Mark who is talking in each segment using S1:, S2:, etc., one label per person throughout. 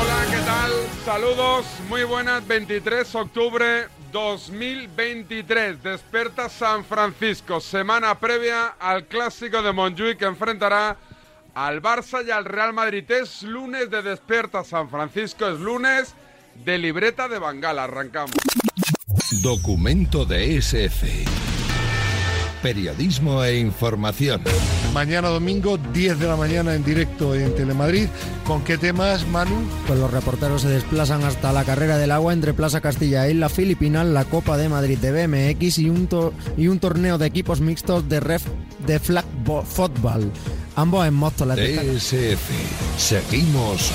S1: Hola, ¿qué tal? Saludos, muy buenas, 23 de octubre 2023, desperta San Francisco, semana previa al clásico de Montjuic que enfrentará al Barça y al Real Madrid. Es lunes de despierta San Francisco, es lunes de libreta de Bangal, arrancamos.
S2: Documento de SF. Periodismo e información.
S3: Mañana domingo, 10 de la mañana en directo en Telemadrid. ¿Con qué temas, Manu?
S4: Pues los reporteros se desplazan hasta la carrera del agua entre Plaza Castilla y la Filipinal, la Copa de Madrid de BMX y un, tor- y un torneo de equipos mixtos de ref de flag bo- football. Ambos en Móstoles.
S2: DSF. Seguimos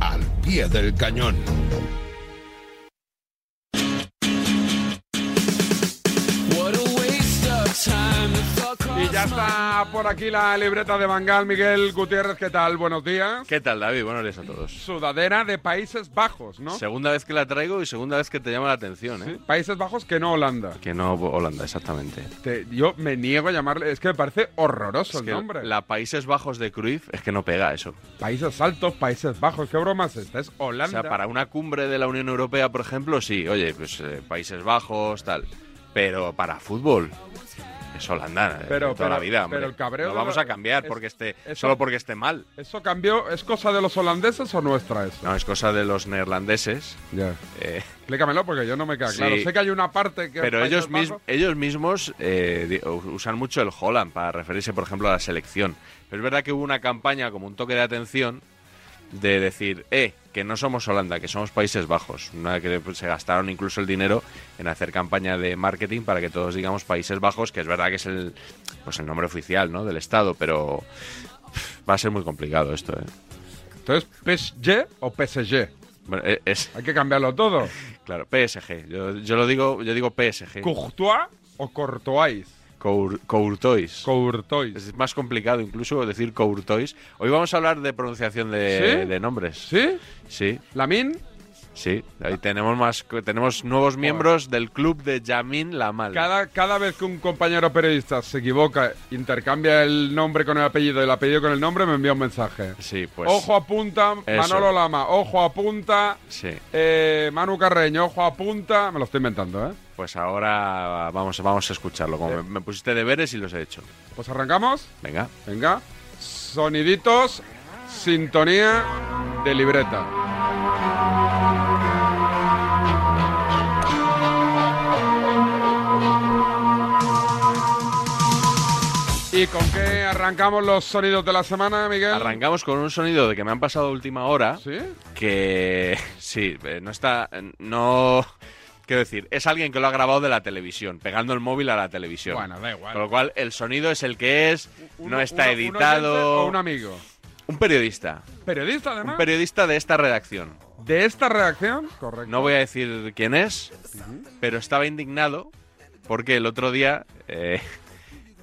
S2: al pie del cañón.
S1: Y ya está por aquí la libreta de Bangal, Miguel Gutiérrez, ¿qué tal? Buenos días.
S5: ¿Qué tal, David? Buenos días a todos.
S1: Sudadera de Países Bajos, ¿no?
S5: Segunda vez que la traigo y segunda vez que te llama la atención, ¿eh?
S1: Países Bajos que no Holanda.
S5: Que no Holanda, exactamente.
S1: Te- yo me niego a llamarle, es que me parece horroroso
S5: Es
S1: el
S5: que
S1: nombre.
S5: la Países Bajos de Cruyff es que no pega eso.
S1: Países Altos, Países Bajos, qué broma es esta, es
S5: O
S1: Holanda.
S5: sea, para una cumbre de la Unión Europea, por ejemplo, sí, oye, pues eh, Países Bajos, tal. Pero para fútbol es Holanda eh,
S1: Pero-
S5: toda la
S1: pero-
S5: vida, hombre.
S1: pero el cabreo
S5: no
S1: de
S5: vamos
S1: la-
S5: a cambiar
S1: es-
S5: porque esté
S1: eso-
S5: solo porque esté mal.
S1: ¿Eso cambió? ¿Es cosa de los holandeses o nuestra eso?
S5: No, es cosa de los neerlandeses.
S1: Ya.
S5: Eh,
S1: Explícamelo porque yo no me queda claro.
S5: Sí.
S1: Sé que hay una parte que.
S5: Pero
S1: Países
S5: ellos, mis-
S1: Bajos-
S5: ellos mismos eh, di- u- usan mucho el Holland para referirse, por ejemplo, a la selección. Pero es verdad que hubo una campaña como un toque de atención de decir, eh, que no somos Holanda, que somos Países Bajos. Una que pues, se gastaron incluso el dinero en hacer campaña de marketing para que todos digamos Países Bajos, que es verdad que es el, pues, el nombre oficial ¿no? del Estado, pero va a ser muy complicado esto. ¿eh?
S1: Entonces, PSG o PSG.
S5: Bueno, e- es,
S1: Hay que cambiarlo todo.
S5: claro, PSG. Yo, yo lo digo, yo digo PSG.
S1: ¿Courtois o Courtois?
S5: Cour- Courtois.
S1: Courtois.
S5: Es más complicado incluso decir Courtois. Hoy vamos a hablar de pronunciación de,
S1: ¿Sí?
S5: de nombres.
S1: ¿Sí?
S5: Sí,
S1: ¿Lamin?
S5: sí. Ahí tenemos más, tenemos nuevos miembros del club de Yamin Lamal.
S1: Cada, cada vez que un compañero periodista se equivoca, intercambia el nombre con el apellido y el apellido con el nombre, me envía un mensaje.
S5: Sí, pues.
S1: ojo apunta, Manolo Lama, ojo apunta,
S5: Sí.
S1: eh, Manu Carreño, ojo apunta. Me lo estoy inventando, ¿eh?
S5: Pues ahora vamos, vamos a escucharlo. Como me, me pusiste deberes y los he hecho.
S1: Pues arrancamos.
S5: Venga.
S1: Venga. Soniditos, sintonía de libreta. ¿Y con qué arrancamos los sonidos de la semana, Miguel?
S5: Arrancamos con un sonido de que me han pasado a última hora.
S1: ¿Sí?
S5: que sí, eh, no está, no, quiero decir, es alguien que lo ha grabado de la televisión, pegando el móvil a la televisión.
S1: Bueno, da igual.
S5: Con lo cual, el sonido es el que es, no
S1: Uno-
S5: está
S1: uno- un oyente
S5: editado.
S1: o un amigo.
S5: Un periodista,
S1: Periodista,
S5: un
S1: además.
S5: periodista de esta redacción.
S1: ¿De esta reacción? Correcto.
S5: No voy a decir quién es, pero estaba indignado porque el otro día eh,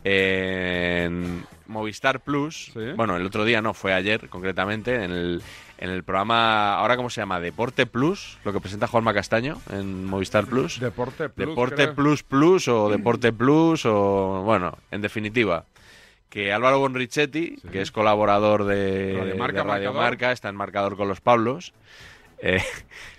S5: en Movistar Plus,
S1: Sí.
S5: bueno, el otro día no, fue ayer concretamente, en el, en el programa, ahora cómo se llama, Deporte Plus, lo que presenta Juanma Castaño en Movistar Plus.
S1: Deporte Plus.
S5: Deporte
S1: creo.
S5: Plus Plus o Deporte Plus o, bueno, en definitiva. Que Álvaro Bonrichetti,
S1: Sí.
S5: que es colaborador de
S1: Radio
S5: de
S1: Marca,
S5: Radio
S1: marcador.
S5: Marca, está en marcador con los Pablos, eh,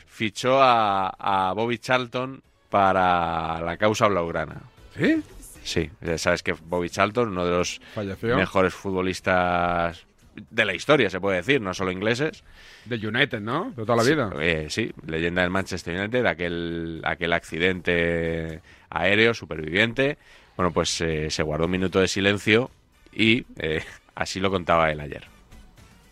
S5: fichó a, a Bobby Charlton para la causa blaugrana.
S1: ¿Sí?
S5: Sí, ya sabes que Bobby Charlton, uno de los
S1: Falleció.
S5: mejores futbolistas de la historia, se puede decir, no solo ingleses.
S1: De United, ¿no? De toda la vida.
S5: Eh, sí, leyenda del Manchester United, aquel, aquel accidente aéreo, superviviente. Bueno, pues eh, se guardó un minuto de silencio y eh, así lo contaba él ayer.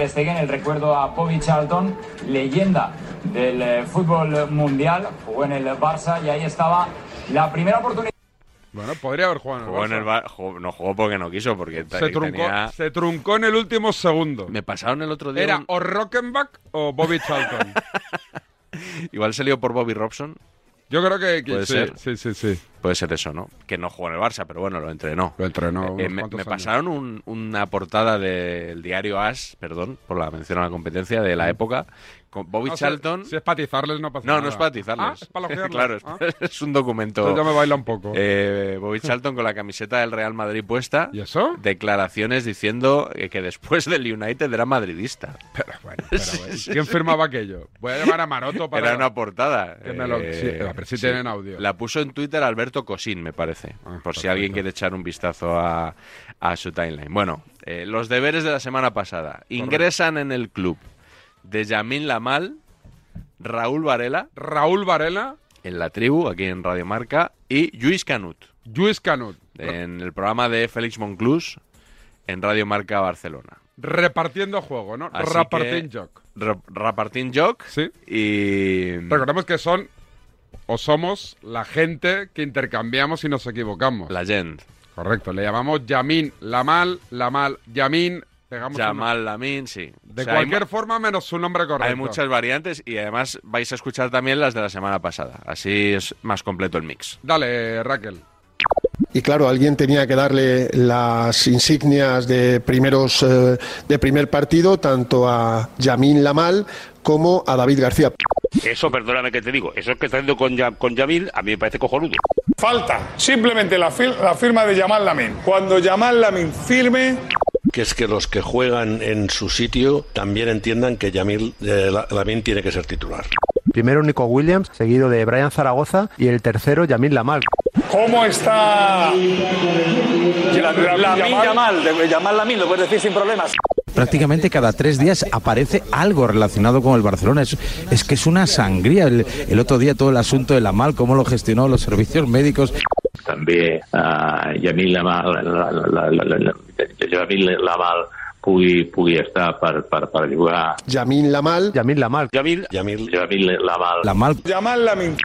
S6: Stegen, el recuerdo a Bobby Charlton, leyenda del eh, fútbol mundial, jugó en el Barça y ahí estaba la primera oportunidad.
S1: Bueno, podría haber jugado en el
S5: Jugó en
S1: Barça.
S5: el Bar- jugó- no jugó porque no quiso, porque ta-
S1: se, truncó,
S5: tenía-
S1: se truncó en el último segundo.
S5: Me pasaron el otro día.
S1: Era
S5: un-
S1: o Rockenbach o Bobby Charlton.
S5: Igual salió por Bobby Robson.
S1: Yo creo que, que
S5: Puede
S1: sí,
S5: ser.
S1: sí, sí, sí.
S5: Puede ser eso, ¿no? Que no jugó en el Barça, pero bueno, lo entrenó.
S1: Lo entrenó unos
S5: Eh, me,
S1: cuantos
S5: me
S1: años.
S5: pasaron un- una portada del diario As, perdón, por la mención a la competencia de la época, con Bobby
S1: Mm. No, si-
S5: Charlton.
S1: Si, es patizarles, no pasa
S5: no,
S1: nada.
S5: no es para atizarles.
S1: Ah, para elogiarles.
S5: claro, es,
S1: Ah,
S5: es un documento.
S1: entonces ya me baila un poco.
S5: Eh, Bobby Charlton con la camiseta del Real Madrid puesta.
S1: ¿Y eso?
S5: Declaraciones diciendo eh, que después del United era madridista.
S1: Pero bueno, pero bueno. ¿Quién firmaba aquello? Voy a llamar a Maroto para.
S5: Era una portada. Eh,
S1: Que me lo- sí, a ver si tienen audio. Ah,
S5: La puso en Twitter Alberto Cosín, me parece. por si alguien quiere echar un vistazo a, a su timeline. Bueno, eh, los deberes de la semana pasada. Ingresan en el club de Yamin Lamal, Raúl Varela,
S1: Raúl Varela,
S5: en la tribu, aquí en Radio Marca, y Luis Canut,
S1: Luis Canut.
S5: en el programa de Félix Monclús, en Radio Marca Barcelona.
S1: Repartiendo juego, ¿no?
S5: Así
S1: Repartiendo
S5: que-
S1: joc.
S5: Ra- Rapartín Jock
S1: Sí.
S5: y...
S1: Recordemos que son o somos la gente que intercambiamos y nos equivocamos.
S5: La Gent.
S1: Correcto, le llamamos Yamin Lamal, Lamal, Yamin. Pegamos un-
S5: Jamal Lamin, sí.
S1: De
S5: O sea, hay
S1: cualquier
S5: mu-
S1: forma, menos su nombre correcto.
S5: Hay muchas variantes y además vais a escuchar también las de la semana pasada. Así es más completo el mix.
S1: Dale, Raquel.
S7: Y claro, alguien tenía que darle las insignias de primeros eh, de primer partido tanto a Yamín Lamal como a David García.
S8: Eso, perdóname que te digo, eso que está haciendo con, Ya- con Yamil a mí me parece cojonudo.
S9: Falta simplemente la, fir- la firma de Yamal Lamin. Cuando Yamal Lamin firme,
S10: que es que los que juegan en su sitio también entiendan que Yamil eh, La- Lamin tiene que ser titular.
S11: Primero Nico Williams, seguido de Brian Zaragoza y el tercero Yamil Lamal.
S9: ¿cómo está Lamin Yamal? Yamal Lamin, lo puedes decir sin problemas.
S12: Prácticamente cada tres días aparece algo relacionado con el Barcelona. Es, es que es una sangría. El, el otro día todo el asunto de la mal, cómo lo gestionó los servicios médicos.
S13: també eh, Jamil Lamal, la, la, la, la, la, Jamil Lamal pugui, pugui estar per, per, per jugar.
S7: Yamín Lamal.
S11: Yamil Lamal.
S7: Yamil.
S10: Yamil
S13: Jamil Lamal.
S12: Lamal.
S9: Yamal Lamin.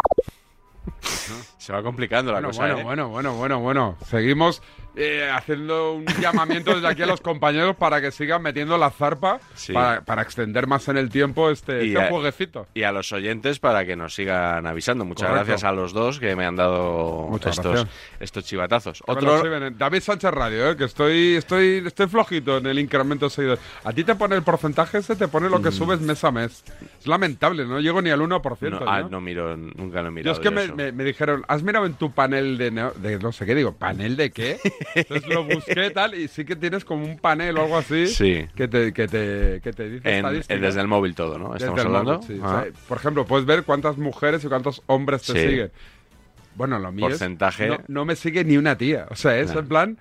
S5: Se va complicando la
S1: Bueno,
S5: cosa.
S1: bueno,
S5: ¿eh?
S1: bueno, bueno, bueno, bueno. Seguimos eh, haciendo un llamamiento desde aquí a los compañeros para que sigan metiendo la zarpa
S5: Sí.
S1: para, para extender más en el tiempo este,
S5: Y
S1: este
S5: a-
S1: jueguecito.
S5: Y a los oyentes para que nos sigan avisando. Muchas
S1: Correcto.
S5: gracias a los dos que me han dado
S1: Muchas
S5: estos,
S1: gracias.
S5: estos chivatazos.
S1: Que me lo
S5: Otro,
S1: escriben en David Sánchez Radio, eh, que estoy, estoy, estoy flojito en el incremento de seguidores. A ti te pone el porcentaje ese, te pone lo que
S5: Mm.
S1: subes mes a mes. Es lamentable, no llego ni al 1%.
S5: no,
S1: ¿no?
S5: ah, no miro, nunca lo
S1: Yo
S5: he mirado.
S1: es que
S5: yo
S1: me,
S5: eso.
S1: me- me dijeron, ¿has mirado en tu panel de, neo- de no sé qué? Digo, ¿panel de qué? Entonces lo busqué tal y sí que tienes como un panel o algo así
S5: Sí.
S1: que, te, que, te, que te dice
S5: En-
S1: estadísticas.
S5: en- desde el móvil todo, ¿no?
S1: Desde
S5: Estamos
S1: el
S5: hablando.
S1: móvil, sí.
S5: Ah.
S1: O sea, por ejemplo, puedes ver cuántas mujeres y cuántos hombres te
S5: Sí.
S1: siguen. Bueno, lo mío es-
S5: Porcentaje.
S1: no, no me sigue ni una tía. O sea, es
S5: Nah.
S1: en plan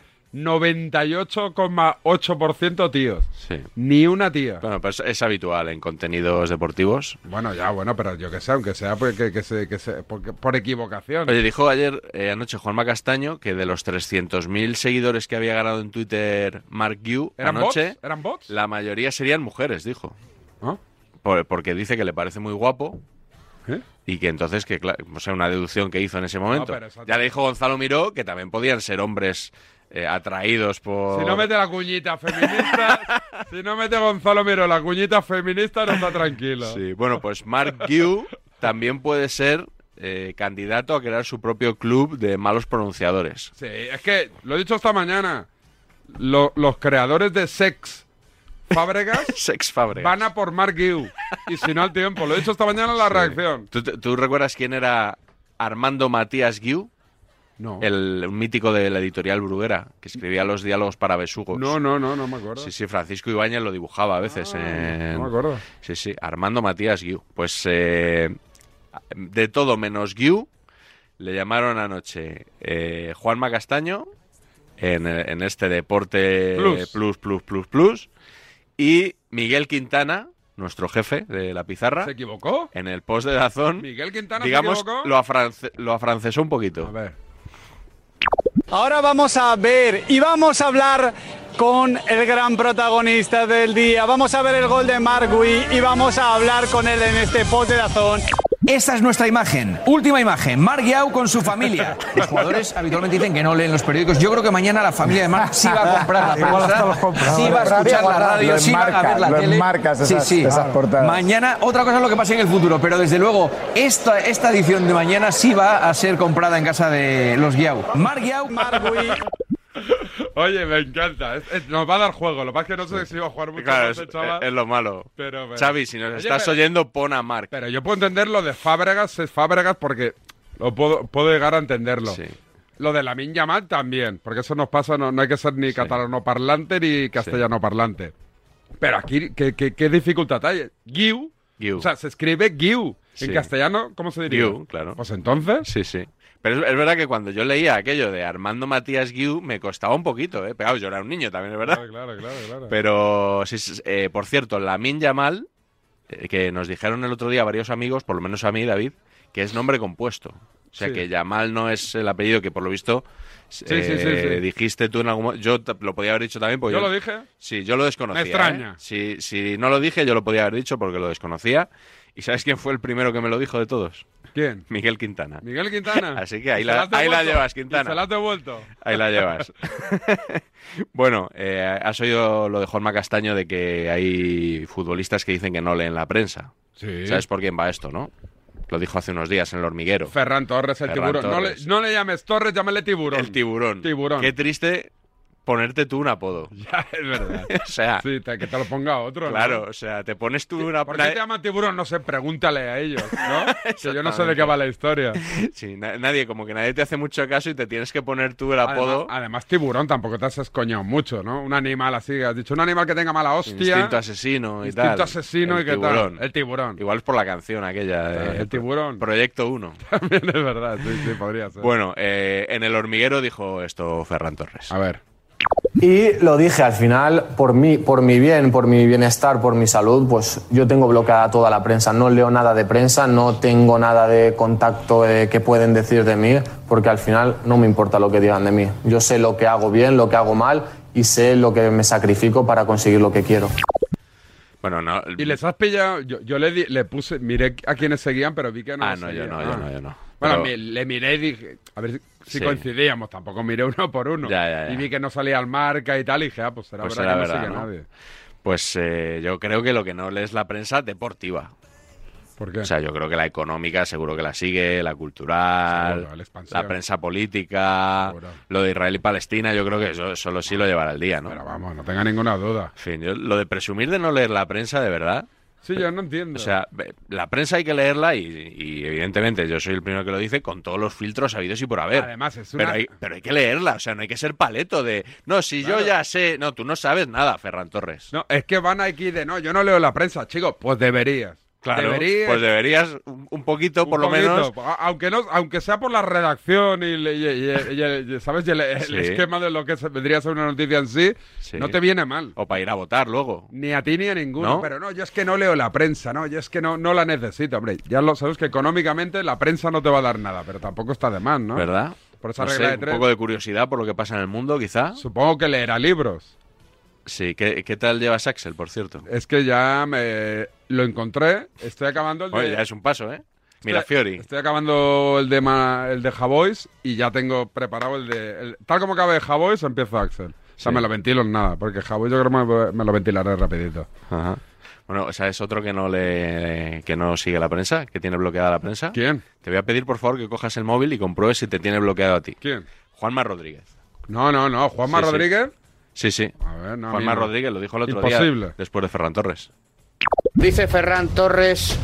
S1: 98,8% tíos.
S5: Sí.
S1: Ni una tía.
S5: Bueno, pues es habitual en contenidos deportivos.
S1: Bueno, ya, bueno, pero yo que sé, aunque sea porque, que se, que se, porque- por equivocación.
S5: Oye, dijo ayer eh, anoche Juanma Castaño que de los 300.000 seguidores que había ganado en Twitter Mark Yu
S1: ¿Eran
S5: anoche,
S1: bots? ¿Eran bots?
S5: la mayoría serían mujeres, dijo.
S1: ¿Ah?
S5: Por- porque dice que le parece muy guapo
S1: ¿Eh?
S5: y que entonces, que claro, o sea, una deducción que hizo en ese momento.
S1: pero eso-
S5: ya le dijo Gonzalo Miró que también podían ser hombres eh, atraídos por...
S1: Si no mete la cuñita feminista, si no mete Gonzalo Miro la cuñita feminista, no está tranquilo.
S5: Sí, bueno, pues Mark Yu también puede ser eh, candidato a crear su propio club de malos pronunciadores.
S1: Sí, es que lo he dicho esta mañana. lo- los creadores de Sex Fábregas
S5: Sex Fabregas.
S1: van a por Mark Giu. Y si no al tiempo, lo he dicho esta mañana en la reacción.
S5: ¿Tú, te- tú recuerdas quién era Armando Matías Guiu?
S1: No.
S5: El un mítico de la editorial Bruguera, que escribía los diálogos para besugos.
S1: No, no, no, no me acuerdo. Ah,
S5: Sí, sí, Francisco Ibáñez lo dibujaba a veces. en-
S1: no me acuerdo.
S5: Sí, sí, Armando Matías Guiu. Pues eh, de todo menos Guiu, le llamaron anoche eh, Juanma Castaño en, en este deporte
S1: Plus.
S5: plus, plus, plus, plus. Y Miguel Quintana, nuestro jefe de la pizarra,
S1: ¿Se equivocó?
S5: en el post de Dazón.
S1: ¿Miguel Quintana se
S5: digamos,
S1: equivocó?
S5: lo, afrance- lo afrancesó un
S1: A
S5: poquito.
S1: ver.
S14: Ahora vamos a ver y vamos a hablar
S15: con el gran protagonista del día. Vamos a ver el gol de Margui y vamos a hablar con él en este post de Dazón.
S9: Esta es nuestra imagen, última imagen, Marc Guiau con su familia. Los jugadores habitualmente dicen que no leen los periódicos. Yo creo que mañana la familia de Marc sí va a comprar la
S10: Igual hasta los
S9: prensa,
S10: compra.
S9: sí va a escuchar la radio,
S10: Lo
S9: sí va a
S10: enmarcas,
S9: ver la
S10: lo
S9: tele.
S10: enmarcas esas- esas portadas.
S9: Mañana, otra cosa es lo que pase en el futuro, pero desde luego esta, esta edición de mañana sí va a ser comprada en casa de los Guiau. Marc Guiau, Margui.
S1: Oye, me encanta. Es- es- nos va a dar juego. Lo que pasa es que no sé si va a jugar mucho
S5: Claro,
S1: más
S5: es,
S1: el chaval.
S5: es lo malo.
S1: Pero, pero-
S5: Xavi, si nos
S1: Oye,
S5: estás
S1: pero-
S5: oyendo, pon a Marc.
S1: Pero yo puedo entender lo de Fábregas, es Fábregas porque lo puedo, puedo llegar a entenderlo. Lo de la Minya Mal también, porque eso nos pasa, no, no hay que ser ni catalano parlante ni castellano parlante. Pero aquí, ¿qué, qué, qué dificultad hay? Guiu. O sea, se escribe Guiu.
S5: Sí.
S1: En castellano, ¿cómo se diría?
S5: Guiu, claro.
S1: Pues entonces.
S5: Sí, sí. Pero es, es verdad que cuando yo leía aquello de Armando Matías Guiu, me costaba un poquito, ¿eh? Pegado, yo era un niño también, es verdad.
S1: Claro, claro, claro. claro.
S5: Pero, sí, sí, eh, por cierto, Lamin Yamal, eh, que nos dijeron el otro día varios amigos, por lo menos a mí, David, que es nombre compuesto. O sea,
S1: Sí.
S5: que Yamal no es el apellido que, por lo visto, eh,
S1: sí, sí, sí.
S5: dijiste tú en algún momento. Yo t- lo podía haber dicho también. Porque
S1: Yo lo dije.
S5: Sí, yo lo desconocía.
S1: Me extraña.
S5: ¿eh? Si, si no lo dije, yo lo podía haber dicho porque lo desconocía. ¿Y sabes quién fue el primero que me lo dijo de todos?
S1: ¿Quién?
S5: Miguel Quintana.
S1: Miguel Quintana.
S5: Así que
S1: Y
S5: ahí,
S1: se
S5: la,
S1: has
S5: ahí la
S1: devuelto,
S5: llevas,
S1: y
S5: Quintana.
S1: Se la has devuelto.
S5: Ahí la llevas. bueno, eh, has oído lo de Juanma Castaño de que hay futbolistas que dicen que no leen la prensa.
S1: Sí.
S5: ¿Sabes por quién va esto, no? Lo dijo hace unos días en El Hormiguero.
S1: Ferran Torres, el
S5: Ferran
S1: tiburón. No le-
S5: Torres.
S1: No, le, llames Torres, llámale tiburón.
S5: El tiburón.
S1: Tiburón.
S5: Qué triste ponerte tú un apodo.
S1: Ya, es verdad.
S5: o sea,
S1: Sí, te- que te lo ponga otro. ¿no?
S5: claro, o sea, te pones tú una...
S1: ¿Por qué te llaman tiburón? No sé, pregúntale a ellos, ¿no? que yo no sé de qué va la historia.
S5: Ah, Sí, na- nadie, como que nadie te hace mucho caso y te tienes que poner tú el apodo.
S1: Además, además, tiburón tampoco te has escoñado mucho, ¿no? Un animal así, has dicho, un animal que tenga mala hostia.
S5: Instinto asesino y
S1: Instinto
S5: tal.
S1: asesino
S5: El
S1: y qué tal.
S5: tiburón.
S1: El tiburón.
S5: Igual es por la canción aquella. de-
S1: El tiburón.
S5: Proyecto 1.
S1: También es verdad, sí, sí, podría ser.
S5: Bueno, eh, en el hormiguero dijo esto Ferran Torres.
S1: A ver.
S16: Y lo dije al final, por mí, por mi bien, por mi bienestar, por mi salud, pues yo tengo bloqueada toda la prensa, no leo nada de prensa, no tengo nada de contacto eh, que pueden decir de mí, porque al final no me importa lo que digan de mí. Yo sé lo que hago bien, lo que hago mal y sé lo que me sacrifico para conseguir lo que quiero.
S5: Bueno, no.
S1: ¿Y les has pillado? Yo, yo le, di- le puse, miré a quienes seguían, pero vi que no.
S5: Ah,
S1: me
S5: no, yo
S1: seguían.
S5: no,
S1: Ah.
S5: yo no, yo no.
S1: Bueno,
S5: Pero-
S1: me- le miré y dije, a ver si
S5: Sí.
S1: coincidíamos, tampoco miré uno por uno.
S5: Ya, ya, ya.
S1: Y vi que no salía al marca y tal, y dije, ah, pues será
S5: Pues
S1: verdad
S5: era
S1: que no
S5: verdad,
S1: sigue
S5: ¿no?
S1: nadie.
S5: Pues eh, yo creo que lo que no lees la prensa deportiva.
S1: ¿Por qué?
S5: O sea, yo creo que la económica seguro que la sigue, la cultural,
S1: Seguro, la expansión.
S5: la prensa política, lo de Israel y Palestina, yo creo que eso solo sí lo llevará al día, ¿no? Pero
S1: vamos, no tenga ninguna duda.
S5: En fin, yo- lo de presumir de no leer la prensa, de verdad,
S1: Sí, yo no entiendo.
S5: O sea, ve- la prensa hay que leerla y, y, evidentemente yo soy el primero que lo dice con todos los filtros habidos y por haber.
S1: Además, es una-
S5: pero, hay, pero hay que leerla, o sea, no hay que ser paleto de... No, si yo
S1: Claro.
S5: ya sé... No, tú no sabes nada, Ferran Torres.
S1: No, es que van aquí de no, yo no leo la prensa, chicos. Pues deberías.
S5: Claro,
S1: deberías.
S5: pues deberías un, un poquito, por lo
S1: poquito,
S5: menos...
S1: a- aunque no, aunque sea por la redacción y, le- y- y- y el- y- sabes Y el, el
S5: Sí.
S1: esquema de lo que se- vendría a ser una noticia en sí, no te viene mal.
S5: O para ir a votar luego.
S1: Ni a ti ni a ninguno.
S5: ¿No?
S1: Pero no, yo es que no leo la prensa, no, yo es que no, no la necesito, hombre. Ya lo sabes que económicamente la prensa no te va a dar nada, pero tampoco está de más, ¿no?
S5: ¿Verdad?
S1: Por esa
S5: No
S1: regla
S5: sé,
S1: de tres.
S5: Un poco de curiosidad por lo que pasa en el mundo, quizá.
S1: Supongo que leerá libros.
S5: Sí, ¿qué, qué tal llevas Axel, por cierto?
S1: Es que ya me lo encontré, estoy acabando el de...
S5: Oye, ya es un paso, ¿eh? Mira, Fiori.
S1: Estoy acabando el de, Ma- el de Javois y ya tengo preparado el de. el- tal como acabe Javois, empieza Axel. O sea,
S5: Sí.
S1: me lo ventilo en nada, porque Javois yo creo que me, me lo ventilaré rapidito.
S5: Ajá. Bueno, o sea, es otro que no le que no sigue la prensa, que tiene bloqueada la prensa.
S1: ¿Quién?
S5: Te voy a pedir por favor que cojas el móvil y compruebes si te tiene bloqueado a ti.
S1: ¿Quién?
S5: Juanma Rodríguez.
S1: No, no, no. Juanma
S5: Sí, sí.
S1: Rodríguez.
S5: Sí, sí.
S1: A ver, no, a mí
S5: Juanma
S1: no.
S5: Rodríguez lo dijo el otro
S1: Imposible.
S5: día después de Ferran Torres.
S17: Dice Ferran Torres,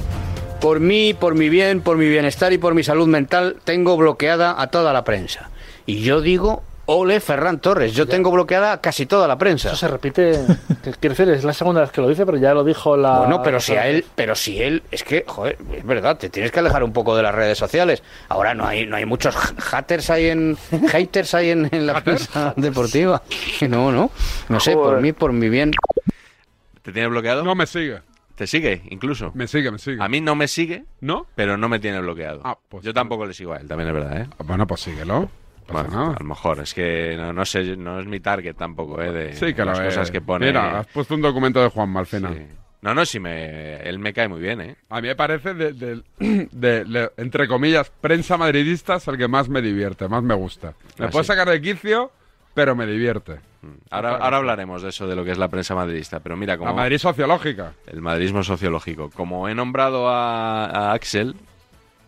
S17: por mí, por mi bien, por mi bienestar y por mi salud mental, tengo bloqueada a toda la prensa. Y yo digo, ole Ferran Torres, yo tengo bloqueada a casi toda la prensa.
S18: Eso se repite, ¿qué quieres decir? Es la segunda vez que lo dice, pero ya lo dijo la...
S17: Bueno, pero si a él, pero si él, es que, joder, es verdad, te tienes que alejar un poco de las redes sociales. Ahora no hay, no hay muchos haters ahí en, haters ahí en, en la prensa deportiva. No, no, no sé, por
S5: Joder.
S17: mí, por mi bien.
S5: ¿Te tiene bloqueado?
S1: No me sigue.
S5: ¿Te sigue incluso?
S1: Me sigue, me sigue.
S5: A mí no me sigue,
S1: ¿no?
S5: Pero no me tiene bloqueado.
S1: Ah,
S5: Yo tampoco le sigo a él, también es verdad, ¿eh?
S1: Bueno, pues síguelo.
S5: Bueno, a lo mejor, es que no, no sé, no es mi target tampoco, ¿eh? De
S1: Sí, que lo
S5: las
S1: es.
S5: cosas que pone.
S1: Mira, has puesto un documento de Juan Malfena.
S5: No, no, si me, él me cae muy bien, ¿eh?
S1: A mí me parece, de, de- de- de- entre comillas, prensa madridista es el que más me divierte, más me gusta. Me
S5: Ah,
S1: puede
S5: sí.
S1: sacar de quicio, pero me divierte.
S5: Ahora, ahora hablaremos de eso, de lo que es la prensa madridista, pero mira, como...
S1: La Madrid sociológica.
S5: El madridismo sociológico. Como he nombrado a, a Axel...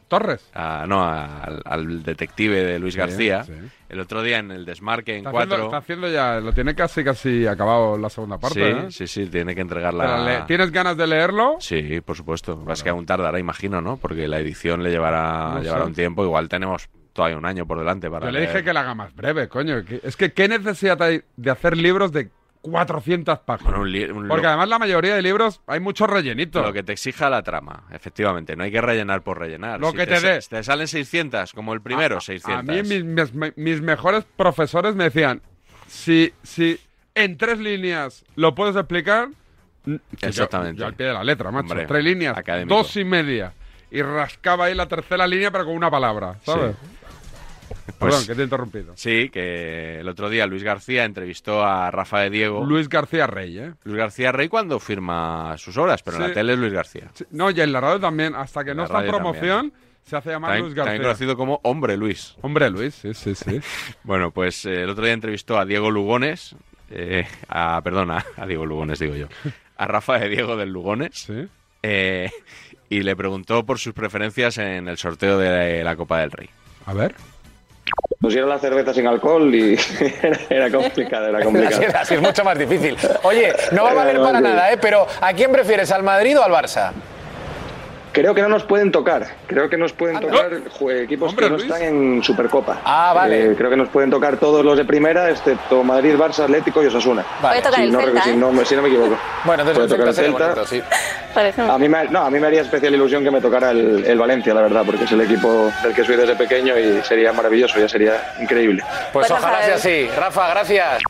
S1: ¿Torres?
S5: no, a- al, al detective de Luis
S1: Sí,
S5: García.
S1: sí.
S5: El otro día en el desmarque, en
S1: Está
S5: cuatro...
S1: haciendo, está haciendo ya, lo tiene casi casi acabado la segunda parte.
S5: sí,
S1: ¿eh?
S5: sí, sí, tiene que entregar
S1: Pero
S5: la...
S1: le- ¿Tienes ganas de leerlo?
S5: Sí, por supuesto. Más que aún tardará, imagino, ¿no? Porque la edición le llevará,
S1: No
S5: llevará
S1: sé.
S5: un tiempo. Igual tenemos todavía un año por delante para
S1: Yo le
S5: leer.
S1: dije que la haga más breve, coño. que- Es que qué necesidad hay de hacer libros de 400 páginas.
S5: Bueno, un li- un-
S1: Porque
S5: lo-
S1: además la mayoría de libros hay muchos rellenitos.
S5: Lo que te exija la trama, efectivamente. No hay que rellenar por rellenar.
S1: Lo
S5: Si
S1: que te dé.
S5: sa- te salen 600, como el primero,
S1: A- a-
S5: 600.
S1: A mí mis, mis- mis mejores profesores me decían, si, si en tres líneas lo puedes explicar, n- que yo-
S5: Exactamente.
S1: Yo, al pie de la letra, macho.
S5: Hombre,
S1: tres líneas,
S5: académico.
S1: dos y media. Y rascaba ahí la tercera línea, pero con una palabra, ¿sabes? Perdón, que te he interrumpido.
S5: Pues Sí, que el otro día Luis García entrevistó a Rafa de Diego.
S1: Luis García Rey, ¿eh?
S5: Luis García Rey cuando firma sus obras, pero en
S1: Sí.
S5: la tele es Luis García.
S1: Sí, No, y en la radio también, hasta que
S5: La
S1: no está en
S5: radio también.
S1: promoción, se hace llamar
S5: También,
S1: Luis García.
S5: también conocido como Hombre Luis.
S1: Hombre Luis, sí, sí, sí.
S5: bueno, pues eh, el otro día entrevistó a Diego Lugones, eh, a, perdona, a Diego Lugones digo yo, a Rafa de Diego del Lugones, eh, y le preguntó por sus preferencias en el sorteo de la Copa del Rey.
S1: A ver.
S19: Pusieron las cervezas sin alcohol y era complicado, era complicado.
S14: Así es, así es mucho más difícil. Oye, no va a valer para nada, ¿eh? Pero ¿a quién prefieres, al Madrid o al Barça?
S19: Creo que no nos pueden tocar. Creo que nos
S14: Ah,
S19: pueden tocar jue- equipos que no están en Supercopa. Ah,
S14: vale.
S19: creo que nos pueden tocar todos los de primera, excepto Madrid, Barça, Atlético y Osasuna.
S20: Puede tocar
S19: si,
S20: el
S19: no,
S20: Celta,
S19: si
S20: ¿eh?
S19: no me- si no me equivoco.
S14: Bueno, entonces el Celta sería bonito, sí.
S20: Por ejemplo.
S19: A mí, me, no, a mí me haría especial ilusión que me tocara el, el Valencia, la verdad, porque es el equipo del que soy desde pequeño y sería maravilloso, ya sería increíble.
S14: Pues ojalá sea así. Rafa, gracias.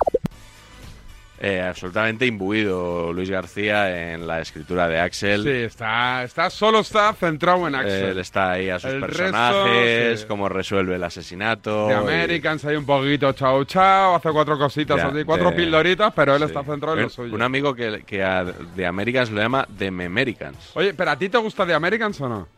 S5: Eh, absolutamente imbuido Luis García en la escritura de Axel.
S1: Sí, está, está, solo está centrado en Axel.
S5: Él está ahí a sus
S1: El resto,
S5: personajes,
S1: sí.
S5: cómo resuelve el asesinato.
S1: De
S5: y-
S1: Americans hay un poquito chao chao, hace cuatro cositas
S5: Ya,
S1: así, cuatro
S5: de-
S1: pildoritas, pero él
S5: sí.
S1: está centrado en
S5: Un-
S1: lo suyo.
S5: Un amigo que, que a The Americans lo llama The Memericans.
S1: Oye, ¿pero a ti te gusta de Americans o no?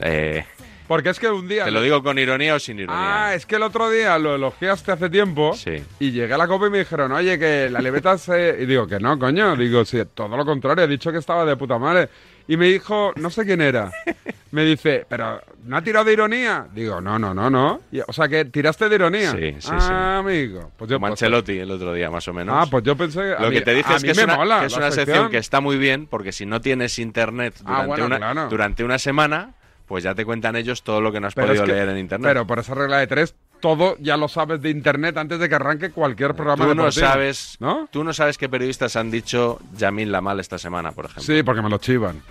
S5: Eh,
S1: Porque es que un día...
S5: te lo digo con ironía o sin ironía.
S1: Ah, es que el otro día lo elogiaste hace tiempo
S5: Sí.
S1: y llegué a la copa y me dijeron, oye, que la libreta se... Y digo, que no, coño. Digo, sí, todo lo contrario, he dicho que estaba de puta madre. Y me dijo, no sé quién era. Me dice, pero ¿no ha tirado de ironía? Digo, no, no, no, no. Y- o sea, que tiraste de ironía.
S5: Sí, sí, sí.
S1: Ah, amigo. Pues yo,
S5: Como Ancelotti el otro día, más o menos.
S1: Ah, pues yo pensé que... a
S5: Lo
S1: mí-
S5: que te dije
S1: a
S5: es
S1: mí
S5: que es
S1: me
S5: una,
S1: mola
S5: que es
S1: la
S5: una sección que está muy bien porque si no tienes internet durante,
S1: Ah, bueno,
S5: una,
S1: claro.
S5: durante una semana, pues ya te cuentan ellos todo lo que no has
S1: Pero
S5: podido
S1: es que-
S5: leer en internet.
S1: Pero por esa regla de tres, todo ya lo sabes de internet antes de que arranque cualquier programa
S5: tú no
S1: deportivo.
S5: sabes, tú no sabes qué periodistas han dicho Yamil Lamal esta semana, por ejemplo.
S1: Sí, porque me lo chivan.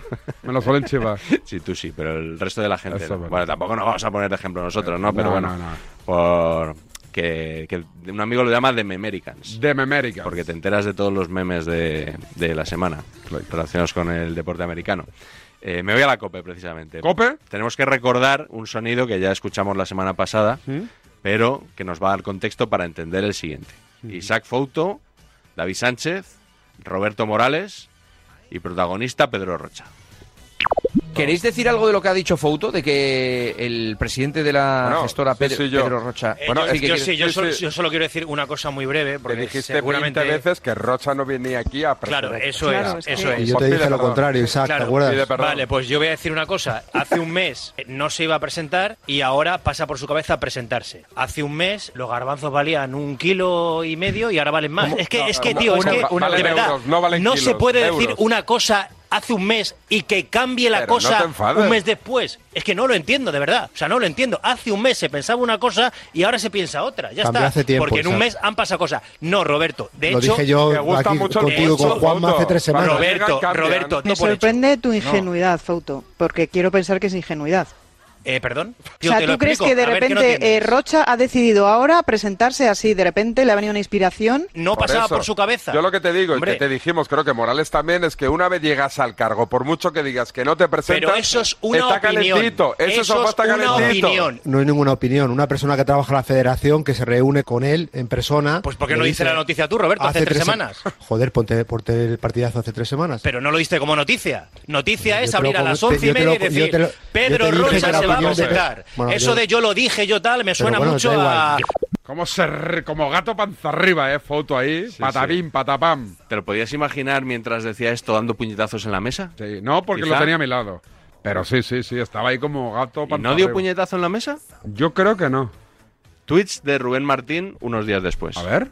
S1: Me lo suelen chivar.
S5: Sí, tú sí, pero el resto de la gente.
S1: Eso,
S5: no.
S1: bueno.
S5: Bueno, tampoco nos vamos a poner de ejemplo nosotros, ¿no? Pero
S1: No,
S5: bueno,
S1: no, no.
S5: por que, que un amigo lo llama The Memericans.
S1: The Memericans.
S5: Porque te enteras de todos los memes de, de la semana relacionados con el deporte americano. Eh, me voy a la COPE, precisamente.
S1: ¿Cope?
S5: Tenemos que recordar un sonido que ya escuchamos la semana pasada,
S1: ¿Sí?
S5: pero que nos va a dar contexto para entender el siguiente. Isaac Fouto, David Sánchez, Roberto Morales y protagonista Pedro Rocha.
S21: ¿Queréis decir algo de lo que ha dicho Fouto? De que el presidente de la
S17: Bueno,
S21: gestora
S17: sí,
S21: Pedro,
S17: sí, yo.
S21: Pedro Rocha.
S17: Eh, yo,
S21: sí que
S17: yo
S21: quieres-
S17: sí, yo solo, yo solo quiero decir una cosa muy breve,
S1: Te
S17: porque
S1: dijiste 20
S17: seguramente...
S1: veces que Rocha no venía aquí a presentar.
S17: Claro, eso Claro, es, es eso que- es.
S3: Y yo te
S1: Pues
S3: dije
S1: pide
S3: lo
S1: perdón.
S3: contrario, Isaac, ¿te
S17: Claro,
S3: acuerdas?
S17: Vale, pues yo voy a decir una cosa. Hace un mes eh, no se iba a presentar y ahora pasa por su cabeza a presentarse. Hace un mes los garbanzos valían un kilo y medio y ahora valen más.
S1: ¿Cómo?
S17: Es que,
S1: No,
S17: es que,
S1: no,
S17: tío,
S1: una-
S17: es que,
S1: valen
S17: de verdad,
S1: euros, no valen
S17: se
S1: kilos,
S17: puede decir
S1: euros.
S17: una cosa hace un mes y que cambie la
S1: Pero no
S17: cosa
S1: te enfades.
S17: un mes después. Es que no lo entiendo, de verdad. O sea, no lo entiendo. Hace un mes se pensaba una cosa y ahora se piensa otra. Ya
S3: Cambió
S17: está.
S3: hace tiempo,
S17: Porque en un
S3: Isaac.
S17: mes han pasado cosas. No, Roberto. De
S3: Lo
S17: hecho,
S3: dije yo Me gusta aquí mucho el contigo, con Juanma,
S17: Roberto,
S3: hace tres semanas.
S17: Roberto,
S3: Cambia,
S17: Roberto,
S16: Me
S17: te por hecho.
S16: sorprende tu
S17: No.
S16: ingenuidad, Fouto, porque quiero pensar que es ingenuidad.
S22: Eh, perdón.
S23: O sea,
S22: Yo te lo
S23: ¿tú crees
S22: explico.
S23: que de
S22: A ver, no
S23: repente
S22: entiendes?
S23: eh, Rocha ha decidido ahora presentarse así? ¿De repente le ha venido una inspiración?
S22: No pasaba por su cabeza.
S1: Yo lo que te digo, y
S22: Hombre.
S1: que te dijimos, creo que Morales también, es que una vez llegas al cargo, por mucho que digas que no te presentas,
S22: Pero eso es una
S1: está
S22: opinión.
S1: calentito. Ese
S22: Eso
S1: sofá
S22: es
S1: está
S22: una
S1: calentito.
S22: opinión.
S24: No hay ninguna opinión. Una persona que trabaja en la federación, que se reúne con él en persona. Pues
S22: ¿Por qué no dice la noticia tú, Roberto, hace, tres semanas?
S24: Joder, ponte, ponte el partidazo hace tres semanas.
S22: Pero no lo diste como noticia. Noticia
S24: Yo
S22: es
S24: te lo
S22: abrir a
S24: como-
S22: las
S24: te-
S22: once
S24: yo
S22: y
S24: te
S22: media y
S24: lo- yo te
S22: decir,
S24: lo- yo
S22: Pedro
S24: te dije que
S22: Rocha
S24: la
S22: se va a
S24: opinión de-
S22: presentar.
S24: Bueno,
S22: Eso
S24: yo-
S22: de yo lo dije, yo tal, me suena
S24: bueno,
S22: mucho
S24: da igual.
S22: a...
S1: Como, ser, como gato panza arriba, ¿eh? Foto ahí, patabín, patapam.
S5: ¿Te lo podías imaginar mientras decía esto dando puñetazos en la mesa?
S1: Sí, no, porque lo
S5: Quizá.
S1: tenía a mi lado. Pero sí, sí, sí, estaba ahí como gato
S5: ¿Y
S1: panza
S5: no dio
S1: arriba.
S5: puñetazo en la mesa?
S1: Yo creo que no.
S5: Tweets de Rubén Martín unos días después. A
S1: ver.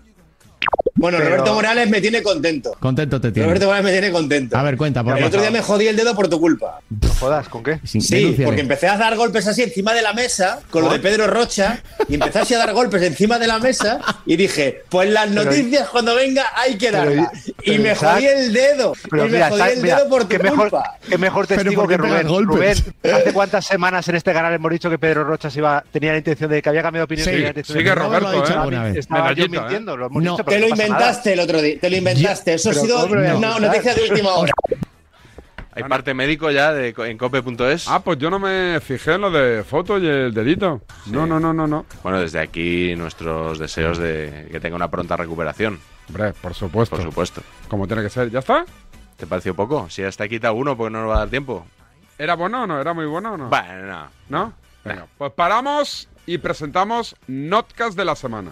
S17: Bueno, Roberto Morales me tiene contento.
S9: Contento te tiene.
S17: Roberto Morales me tiene contento.
S9: A ver,
S24: Ah,
S9: cuenta,
S24: pues
S9: por
S17: el otro día
S9: favor.
S17: me jodí el dedo por tu culpa.
S9: jodas? ¿Con qué?
S17: Sí, porque empecé a dar golpes así encima de la mesa, con lo de Pedro Rocha, y empecé así a dar golpes encima de la mesa, y dije, pues las
S9: Pero-
S17: noticias cuando venga hay que
S9: pero-
S17: darlas. Y
S9: pero
S17: me
S9: Isaac-
S17: jodí el dedo.
S9: pero
S17: y me
S9: mira,
S17: jodí
S9: Isaac,
S17: el
S9: mira,
S17: dedo por tu
S9: qué mejor-
S17: culpa.
S9: Qué mejor testigo que ¿por qué pegas Rubén. golpes? Rubén, ¿hace cuántas semanas en este canal hemos dicho que Pedro Rocha se iba, tenía la intención de que había cambiado de opinión?
S17: Sí,
S9: tenía la intención
S17: sigue
S9: de que-
S17: Roberto,
S9: Estaba-
S17: ¿eh? alguna vez.
S9: Estaba yo
S17: Medallita, ¿eh?
S9: mintiendo, lo hemos
S17: No.
S9: dicho, pero
S17: Te lo
S9: no pasa nada.
S17: inventaste el otro día, te lo inventaste. Eso ha
S9: pero
S17: sido
S9: ¿cómo lo voy a
S17: una
S9: inventar?
S17: noticia de última hora.
S5: Hay parte médico ya de, co- en cope.es.
S1: Ah, pues yo no me fijé en lo de foto y el dedito. No, no, no, no, no.
S5: Bueno, desde aquí nuestros deseos de que tenga una pronta recuperación.
S1: Hombre, por supuesto.
S5: Por supuesto.
S1: Como tiene que ser. ¿Ya está?
S5: ¿Te pareció poco? Si hasta aquí quita uno, porque no nos va a dar tiempo.
S1: ¿Era bueno o no? ¿Era muy bueno o no?
S5: Bueno, no.
S1: ¿No? Venga, pues paramos y presentamos Notcast de la semana.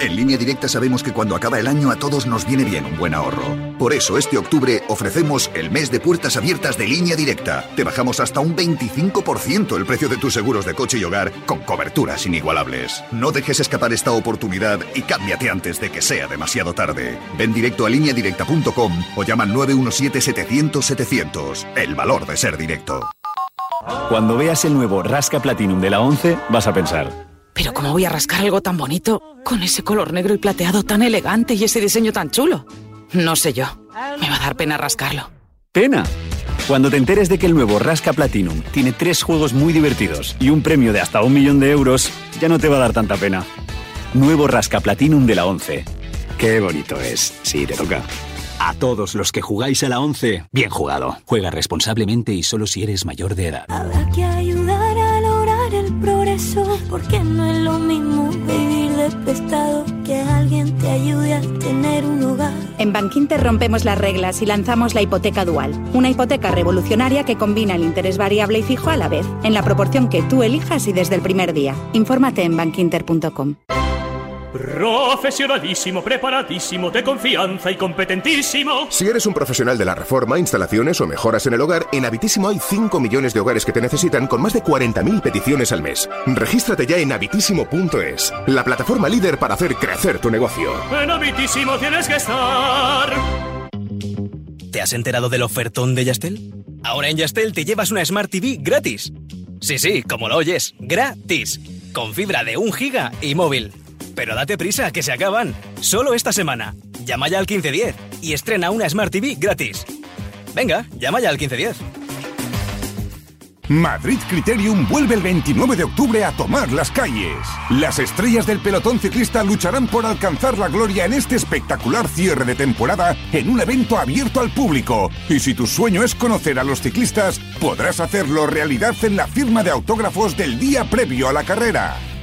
S10: En línea directa sabemos que cuando acaba el año a todos nos viene bien un buen ahorro. Por eso este octubre ofrecemos el mes de puertas abiertas de línea directa. Te bajamos hasta un 25% el precio de tus seguros de coche y hogar con coberturas inigualables. No dejes escapar esta oportunidad y cámbiate antes de que sea demasiado tarde. Ven directo a lineadirecta.com o llama al 917-700-700. El valor de ser directo.
S25: Cuando veas el nuevo Rasca Platinum de la 11, vas a pensar,
S26: Pero ¿cómo voy a rascar algo tan bonito? Con ese color negro y plateado tan elegante y ese diseño tan chulo. No sé yo. Me va a dar pena rascarlo.
S25: ¡Pena! Cuando te enteres de que el nuevo Rasca Platinum tiene tres juegos muy divertidos y un premio de hasta un millón de euros, ya no te va a dar tanta pena. Nuevo Rasca Platinum de la 11. Qué bonito es, sí, te toca. A todos los que jugáis a la 11, bien jugado. Juega responsablemente y solo si eres mayor de edad.
S27: Habrá que ayudar a lograr el progreso, porque no es lo mismo vivir de prestado que alguien te ayude a tener un hogar.
S4: En Bankinter rompemos las reglas y lanzamos la hipoteca dual, una hipoteca revolucionaria que combina el interés variable y fijo a la vez, en la proporción que tú elijas y desde el primer día. Infórmate en bankinter.com.
S25: Profesionalísimo, preparadísimo, de confianza y competentísimo.
S26: Si eres un profesional de la reforma, instalaciones o mejoras en el hogar, en Habitísimo hay 5 millones de hogares que te necesitan con más de 40.000 peticiones al mes. Regístrate ya en habitísimo.es, la plataforma líder para hacer crecer tu negocio.
S25: En habitísimo tienes que estar.
S27: ¿Te has enterado del ofertón de Yastel? Ahora en Yastel te llevas una Smart TV gratis. Sí, sí, como lo oyes, gratis. Con fibra de 1 giga y móvil. Pero date prisa, que se acaban. Solo esta semana. Llama ya al 1510 y estrena una Smart TV gratis. Venga, llama ya al 1510.
S28: Madrid Criterium vuelve el 29 de octubre a tomar las calles. Las estrellas del pelotón ciclista lucharán por alcanzar la gloria en este espectacular cierre de temporada en un evento abierto al público. Y si tu sueño es conocer a los ciclistas, podrás hacerlo realidad en la firma de autógrafos del día previo a la carrera.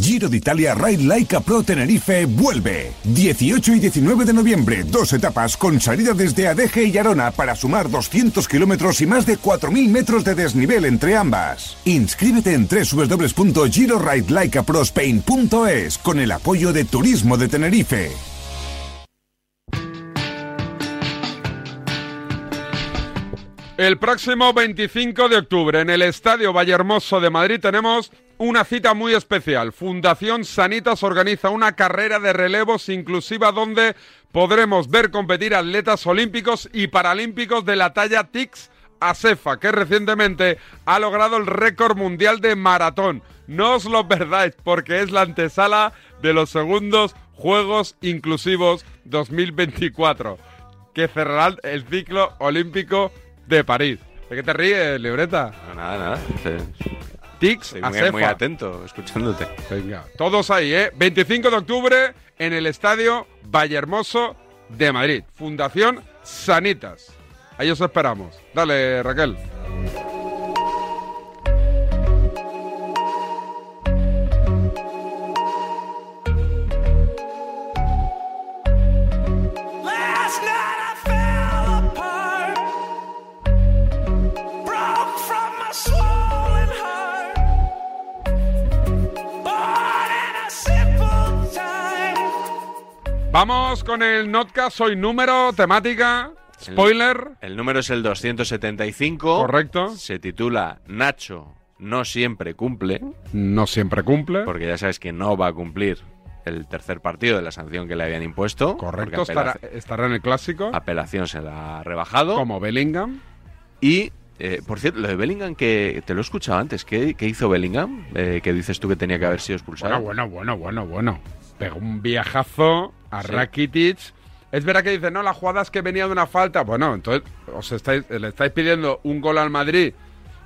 S28: Giro d'Italia Ride Laika Pro Tenerife vuelve. 18 y 19 de noviembre, dos etapas con salida desde Adeje y Arona para sumar 200 kilómetros y más de 4.000 metros de desnivel entre ambas. Inscríbete en www.giroridelaikaprospain.es con el apoyo de Turismo de Tenerife.
S1: El próximo 25 de octubre en el Estadio Vallehermoso de Madrid tenemos una cita muy especial. Fundación Sanitas organiza una carrera de relevos inclusiva donde podremos ver competir atletas olímpicos y paralímpicos de la talla TICS Acefa, E que recientemente ha logrado el récord mundial de maratón. No os lo perdáis porque es la antesala de los segundos Juegos Inclusivos 2024, que cerrarán el ciclo olímpico de París. ¿De qué te ríes, Libreta?
S5: No, nada, nada. Estoy-
S1: Tics,
S5: estoy muy,
S1: Acefa.
S5: muy atento, escuchándote.
S1: Venga. Todos ahí, ¿eh? 25 de octubre en el Estadio Vallehermoso de Madrid. Fundación Sanitas. Ahí os esperamos. Dale, Raquel.
S2: Last night I fell apart, broke from my swollen heart, born in a simple time.
S1: Vamos con el notcast. Soy número, temática, spoiler.
S5: El número es el 275.
S1: Correcto.
S5: Se titula Nacho no siempre cumple.
S1: No siempre cumple.
S5: Porque ya sabes que no va a cumplir el tercer partido de la sanción que le habían impuesto.
S1: Correcto,
S5: porque
S1: estará,
S5: apelaci-
S1: estará en el clásico.
S5: Apelación se la ha rebajado.
S1: Como Bellingham.
S5: Y, eh, por cierto, lo de Bellingham, que te lo he escuchado antes. ¿Qué, qué hizo Bellingham? Eh, que dices tú que tenía que haber sido expulsado.
S1: Bueno, bueno, bueno, bueno, bueno. Pegó un viajazo a
S5: Sí.
S1: Rakitic. Es verdad que dicen, no, la jugada es que venía de una falta. Bueno, entonces os estáis, le estáis pidiendo un gol al Madrid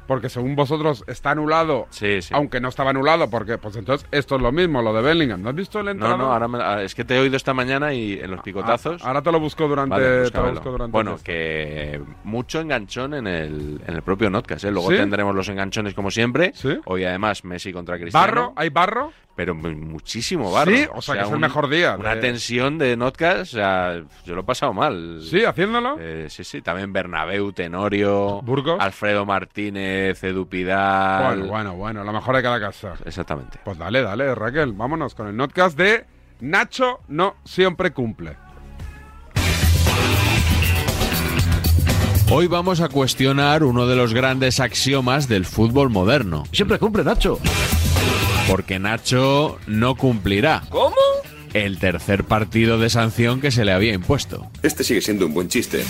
S1: porque según vosotros está anulado, aunque no estaba anulado, porque pues entonces esto es lo mismo, lo de Bellingham. ¿No has visto el
S5: No,
S1: entrado?
S5: no, ahora me- ah, es que te he oído esta mañana y en los picotazos.
S1: Ah, ahora te lo busco durante-
S5: Vale,
S1: te lo
S5: búscamelo.
S1: busco durante
S5: bueno,
S1: el
S5: que mucho enganchón en el, en el propio Notcast. ¿eh? Luego
S1: ¿Sí?
S5: tendremos los enganchones como siempre. Hoy además Messi contra Cristiano.
S1: ¿Barro? ¿Hay barro?
S5: Pero mu- muchísimo barro.
S1: Sí, o sea, que es el mejor día
S5: Una
S1: de-
S5: tensión de Notcast. O sea, yo lo he pasado mal. Eh,
S1: Sí, haciéndolo.
S5: sí, sí. También Bernabeu, Tenorio. Burgos. Alfredo Martínez, Edu Pidal.
S1: Bueno, bueno, bueno, lo mejor de cada casa.
S5: Exactamente.
S1: Pues dale, dale, Raquel, vámonos con el notcast de Nacho no siempre cumple.
S5: Hoy vamos a cuestionar uno de los grandes axiomas del fútbol moderno. Siempre cumple Nacho. Porque Nacho no cumplirá. ¿Cómo? El tercer partido de sanción que se le había impuesto.
S6: Este sigue siendo un buen chiste.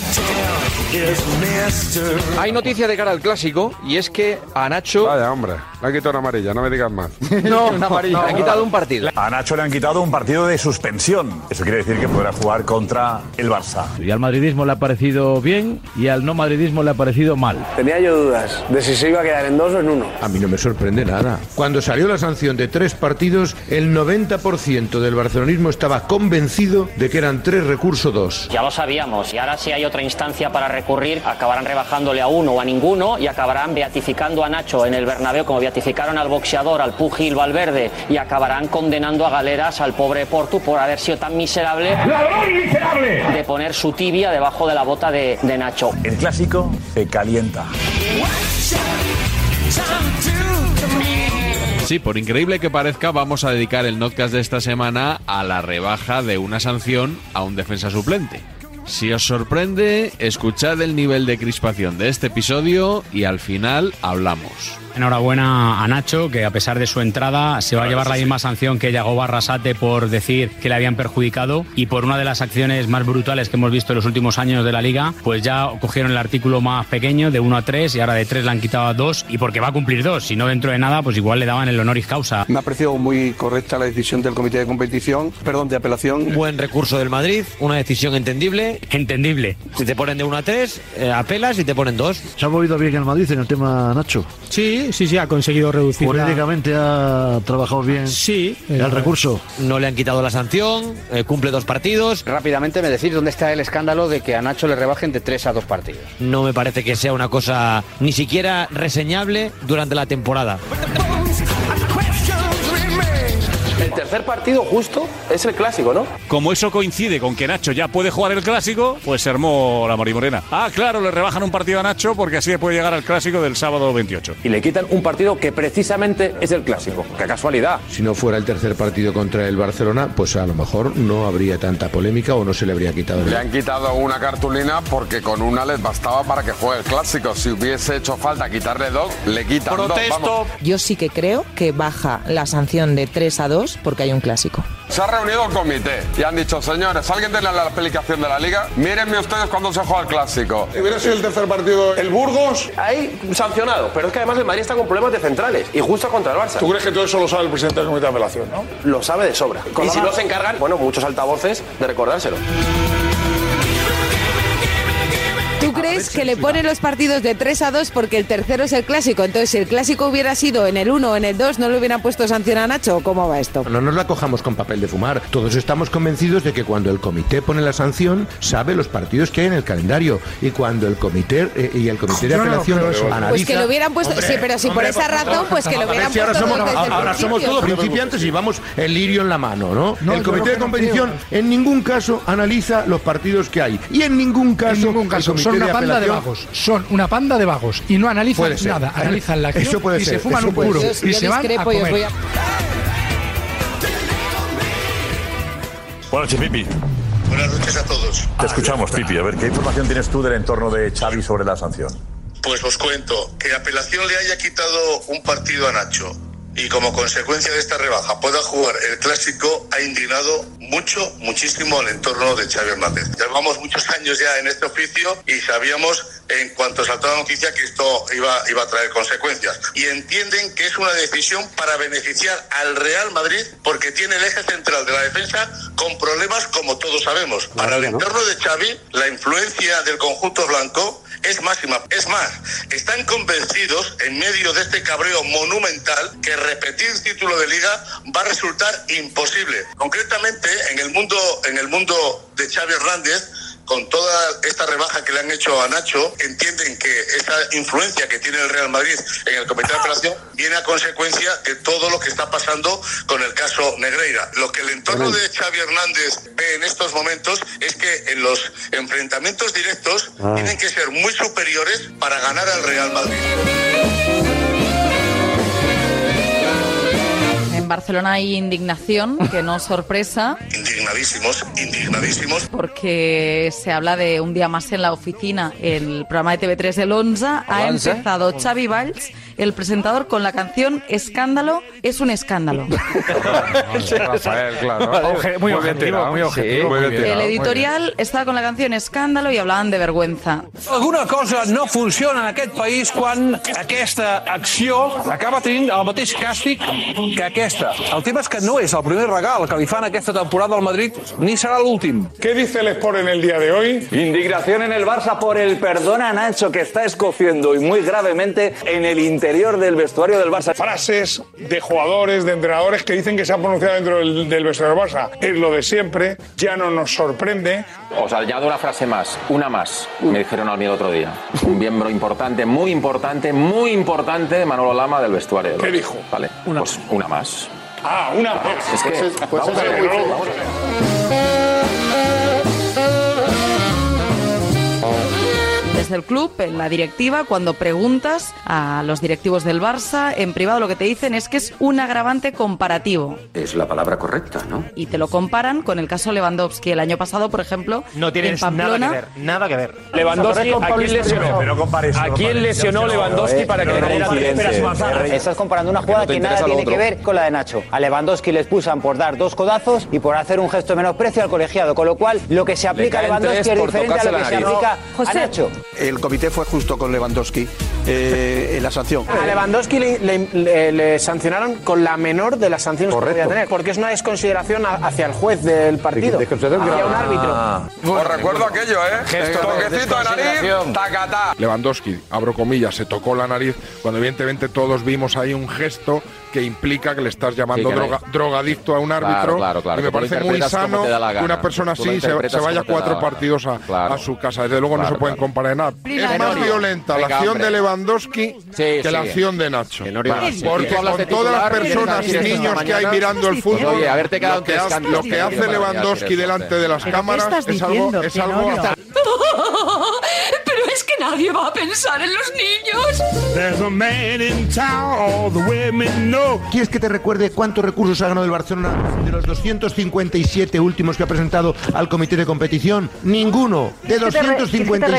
S21: Hay noticia de cara al clásico y es que a Nacho.
S1: Vaya, hombre, le han quitado una amarilla, no me digas más.
S21: No, una amarilla. Le han quitado un partido.
S7: A Nacho le han quitado un partido de suspensión. Eso quiere decir que podrá jugar contra el Barça.
S8: Y al madridismo le ha parecido bien y al no madridismo le ha parecido mal.
S9: Tenía yo dudas de si se iba a quedar en dos o en uno.
S10: A mí no me sorprende nada. Cuando salió la sanción de tres partidos, el 90% del barcelonismo estaba convencido de que eran tres recursos dos.
S11: Ya lo sabíamos y ahora si hay otra instancia para recurrir acabarán rebajándole a uno o a ninguno y acabarán beatificando a Nacho en el Bernabéu como beatificaron al boxeador, al pugil Valverde y acabarán condenando a galeras al pobre Portu por haber sido tan miserable de poner su tibia debajo de la bota de, de Nacho.
S7: El clásico se calienta.
S5: Sí, por increíble que parezca, vamos a dedicar el podcast de esta semana a la rebaja de una sanción a un defensa suplente. Si os sorprende, escuchad el nivel de crispación de este episodio y al final hablamos.
S12: Enhorabuena a Nacho, que a pesar de su entrada se va a llevar la misma sanción que Yagoba Rasate por decir que le habían perjudicado y por una de las acciones más brutales que hemos visto en los últimos años de la liga, pues ya cogieron el artículo más pequeño de 1 a 3 y ahora de 3 le han quitado a 2 y porque va a cumplir 2, si no dentro de nada pues igual le daban el honoris causa.
S13: Me ha parecido muy correcta la decisión del comité de competición, perdón, de apelación. Buen recurso del Madrid, una decisión entendible.
S12: Entendible.
S13: Si te ponen de 1 a 3, apelas y te ponen 2.
S29: Se ha movido bien el Madrid en el tema Nacho.
S13: Sí, sí, sí, ha conseguido reducir.
S29: Políticamente ha trabajado bien.
S13: Sí, eh,
S29: el recurso.
S13: No le han quitado la sanción, eh, cumple dos partidos.
S30: Rápidamente me decís dónde está el escándalo de que a Nacho le rebajen de tres a dos partidos.
S13: No me parece que sea una cosa ni siquiera reseñable durante la temporada.
S31: El tercer partido justo es el clásico, ¿no?
S32: Como eso coincide con que Nacho ya puede jugar el clásico, pues se armó la morimorena. Ah, claro, le rebajan un partido a Nacho porque así puede llegar al clásico del sábado 28.
S31: Y le quitan un partido que precisamente es el clásico. ¡Qué casualidad!
S10: Si no fuera el tercer partido contra el Barcelona, pues a lo mejor no habría tanta polémica o no se le habría quitado el
S1: Le han quitado una cartulina porque con una les bastaba para que juegue el clásico. Si hubiese hecho falta quitarle dos, le quitan dos. vamos.
S33: Yo sí que creo que baja la sanción de 3 a 2 porque hay un clásico.
S1: Se ha reunido el comité y han dicho, señores, alguien de la explicación de la liga, mírenme ustedes cuando se juega el clásico. hubiera sido el tercer partido el Burgos.
S31: Ahí sancionado, pero es que además el Madrid está con problemas de centrales y justo contra el Barça.
S1: ¿Tú crees que todo eso lo sabe el presidente del comité de apelación, no?
S31: Lo sabe de sobra. Y si no se encargan, bueno, muchos altavoces de recordárselo.
S34: ¿Tú crees que le ponen los partidos de 3 a 2 porque el tercero es el clásico? Entonces, si el clásico hubiera sido en el 1 o en el 2, ¿no le hubieran puesto sanción a Nacho? ¿o ¿Cómo va esto?
S10: No nos la cojamos con papel de fumar. Todos estamos convencidos de que cuando el comité pone la sanción, sabe los partidos que hay en el calendario. Y cuando el comité eh, y el comité de
S34: Yo no
S10: apelación
S34: creo eso.
S10: analiza.
S34: Pues que lo hubieran puesto- sí, pero si por esa
S10: favor.
S34: razón, pues que lo
S10: A ver
S34: hubieran
S10: si ahora
S34: puesto
S10: somos,
S34: desde el
S10: ahora somos
S34: principio.
S10: todos principiantes y vamos el lirio en la mano, ¿no?
S34: No,
S10: el
S34: yo
S10: comité
S34: lo
S10: de
S34: que no
S10: competición en ningún caso analiza los partidos que hay. Y en ningún caso, el comité
S35: Son una panda de
S10: apelación-
S35: vagos. Son una panda de vagos. Y no analizan
S10: Puede ser.
S35: nada. Analizan la acción
S10: Eso puede
S35: y
S10: ser,
S35: se fuman
S10: eso
S35: un
S10: puede
S35: puro.
S10: ser.
S35: Y
S10: Yo
S35: se van a
S10: discrepo y os
S35: comer.
S10: voy a-
S36: Buenas noches, Pipi.
S14: Buenas noches a todos.
S36: Te escuchamos, Pipi. A ver, ¿qué información tienes tú del entorno de Xavi sobre la sanción?
S14: Pues os cuento que apelación le haya quitado un partido a Nacho y como consecuencia de esta rebaja pueda jugar el clásico ha indignado mucho, muchísimo al entorno de Xavi Hernández. Llevamos muchos años ya en este oficio y sabíamos en cuanto saltó la noticia que esto iba, iba a traer consecuencias. Y entienden que es una decisión para beneficiar al Real Madrid porque tiene el eje central de la defensa con problemas como todos sabemos. Para el entorno de Xavi, la influencia del conjunto blanco es máxima. Es más, están convencidos en medio de este cabreo monumental que repetir título de liga va a resultar imposible. Concretamente, en el mundo, en el mundo de Xavi Hernández, con toda esta rebaja que le han hecho a Nacho, entienden que esta influencia que tiene el Real Madrid en el comité de apelación viene a consecuencia de todo lo que está pasando con el caso Negreira. Lo que el entorno de Xavi Hernández ve en estos momentos es que en los enfrentamientos directos
S36: Ah.
S14: tienen que ser muy superiores para ganar al Real Madrid.
S4: En Barcelona hay indignación, que no sorpresa,
S14: Indignadísimos, indignadísimos.
S4: porque se habla de un día más en la oficina. El programa de TV3 El 11 ha
S14: Avanza.
S4: empezado Xavi Valls, el presentador, con la canción Escándalo es un escándalo.
S2: Rafael, claro.
S9: Oje- muy objetivo, muy objetivo, muy bien.
S4: El editorial estaba con la canción Escándalo y hablaban de vergüenza.
S9: Alguna cosa no funciona en aquest país quan aquesta acció acaba tenint el mateix càstig que aquesta. El tema és que no és el primer regal que li fan aquesta temporada al Madrid ni serà l'últim. Què dice el Sport en el dia de hoy?
S37: Indignación en el Barça por el perdón a Nacho que está escociendo y muy gravemente en el interior del vestuario del Barça.
S28: Frases de jugadores, de entrenadores que dicen que se ha pronunciado dentro del, del vestuario del Barça. Es lo de siempre, ya no nos sorprende.
S22: Os añado una frase más, una más, me dijeron al miedo otro día. Un miembro importante, muy importante, muy importante de Manolo Lama del vestuario. ¿Qué dijo? Vale, una, pues una más.
S28: Ah, una pues
S22: Es
S6: Pues
S22: que, vamos a ver, vamos a ver.
S4: Desde el club, en la directiva, cuando preguntas a los directivos del Barça, en privado lo que te dicen es que es un agravante comparativo.
S28: Es la palabra correcta, ¿no?
S4: y te lo comparan con el caso Lewandowski el año pasado, por ejemplo,
S28: No
S4: en
S28: tienes nada
S4: Pamplona.
S28: que ver, nada que ver.
S38: Lewandowski, ¿a quién lesionó?
S28: Pero compares,
S38: ¿A quién lesionó Lewandowski para que le cayera tres
S17: Estás comparando una
S38: Porque no
S17: jugada
S38: te
S17: que nada
S38: interesa lo
S17: tiene que
S38: otro.
S17: ver con la de Nacho. A Lewandowski le expulsan por dar dos codazos y por hacer un gesto de menosprecio al colegiado, con lo cual lo que se aplica a
S6: caen
S17: Lewandowski
S6: tres
S17: es
S6: por
S17: diferente a
S6: tocarse
S17: lo que
S6: la
S17: se
S6: nariz.
S17: aplica
S6: No.
S17: a Nacho.
S6: El comité fue justo con Lewandowski eh, en la sanción.
S28: A Lewandowski le, le- le- le sancionaron con la menor de las sanciones que podía tener, porque es una desconsideración a- hacia el juez del partido, hacia un árbitro.
S1: Ah. Os recuerdo aquello, ¿eh? Toquecito de nariz, tacatá.
S22: Lewandowski, abro comillas, se tocó la nariz cuando evidentemente todos vimos ahí un gesto que implica que le estás llamando Sí, que no droga- hay. drogadicto a un Claro, árbitro. claro, claro, y me que tú lo parece muy interpretas como sano te da la que gana. una persona Tú lo así se, se interpretas vaya como te da cuatro la gana. partidos a, Claro. a su casa. Desde luego Claro, no se pueden claro. comparar en nada. Es más violenta la Venga, acción de hombre. Lewandowski que la
S6: sí.
S22: acción de Nacho.
S6: Vale.
S22: Vale. Porque
S6: Tú hablas de
S22: con todas las Pues
S6: titular,
S22: personas y
S6: de
S22: niños
S6: esta
S22: que hay
S6: mañana.
S22: mirando el fútbol,
S6: Oye, haberte quedado
S22: lo, que
S6: en tres
S22: hace,
S6: cantos,
S22: lo
S6: tío,
S22: que hace
S6: para
S22: Lewandowski
S6: decir eso,
S22: delante de las
S6: ¿Pero qué
S22: cámaras
S6: estás
S22: es algo...
S6: diciendo,
S22: Es algo
S6: Tenorio?
S3: Pero es que nadie va a pensar en los niños.
S10: There's a man in town all the women know. ¿Quieres que te recuerde cuántos recursos ha ganado el Barcelona de los 257 últimos que ha presentado al comité de competición? Ninguno. De
S3: ¿Quieres que te re- quieres que te recuerde,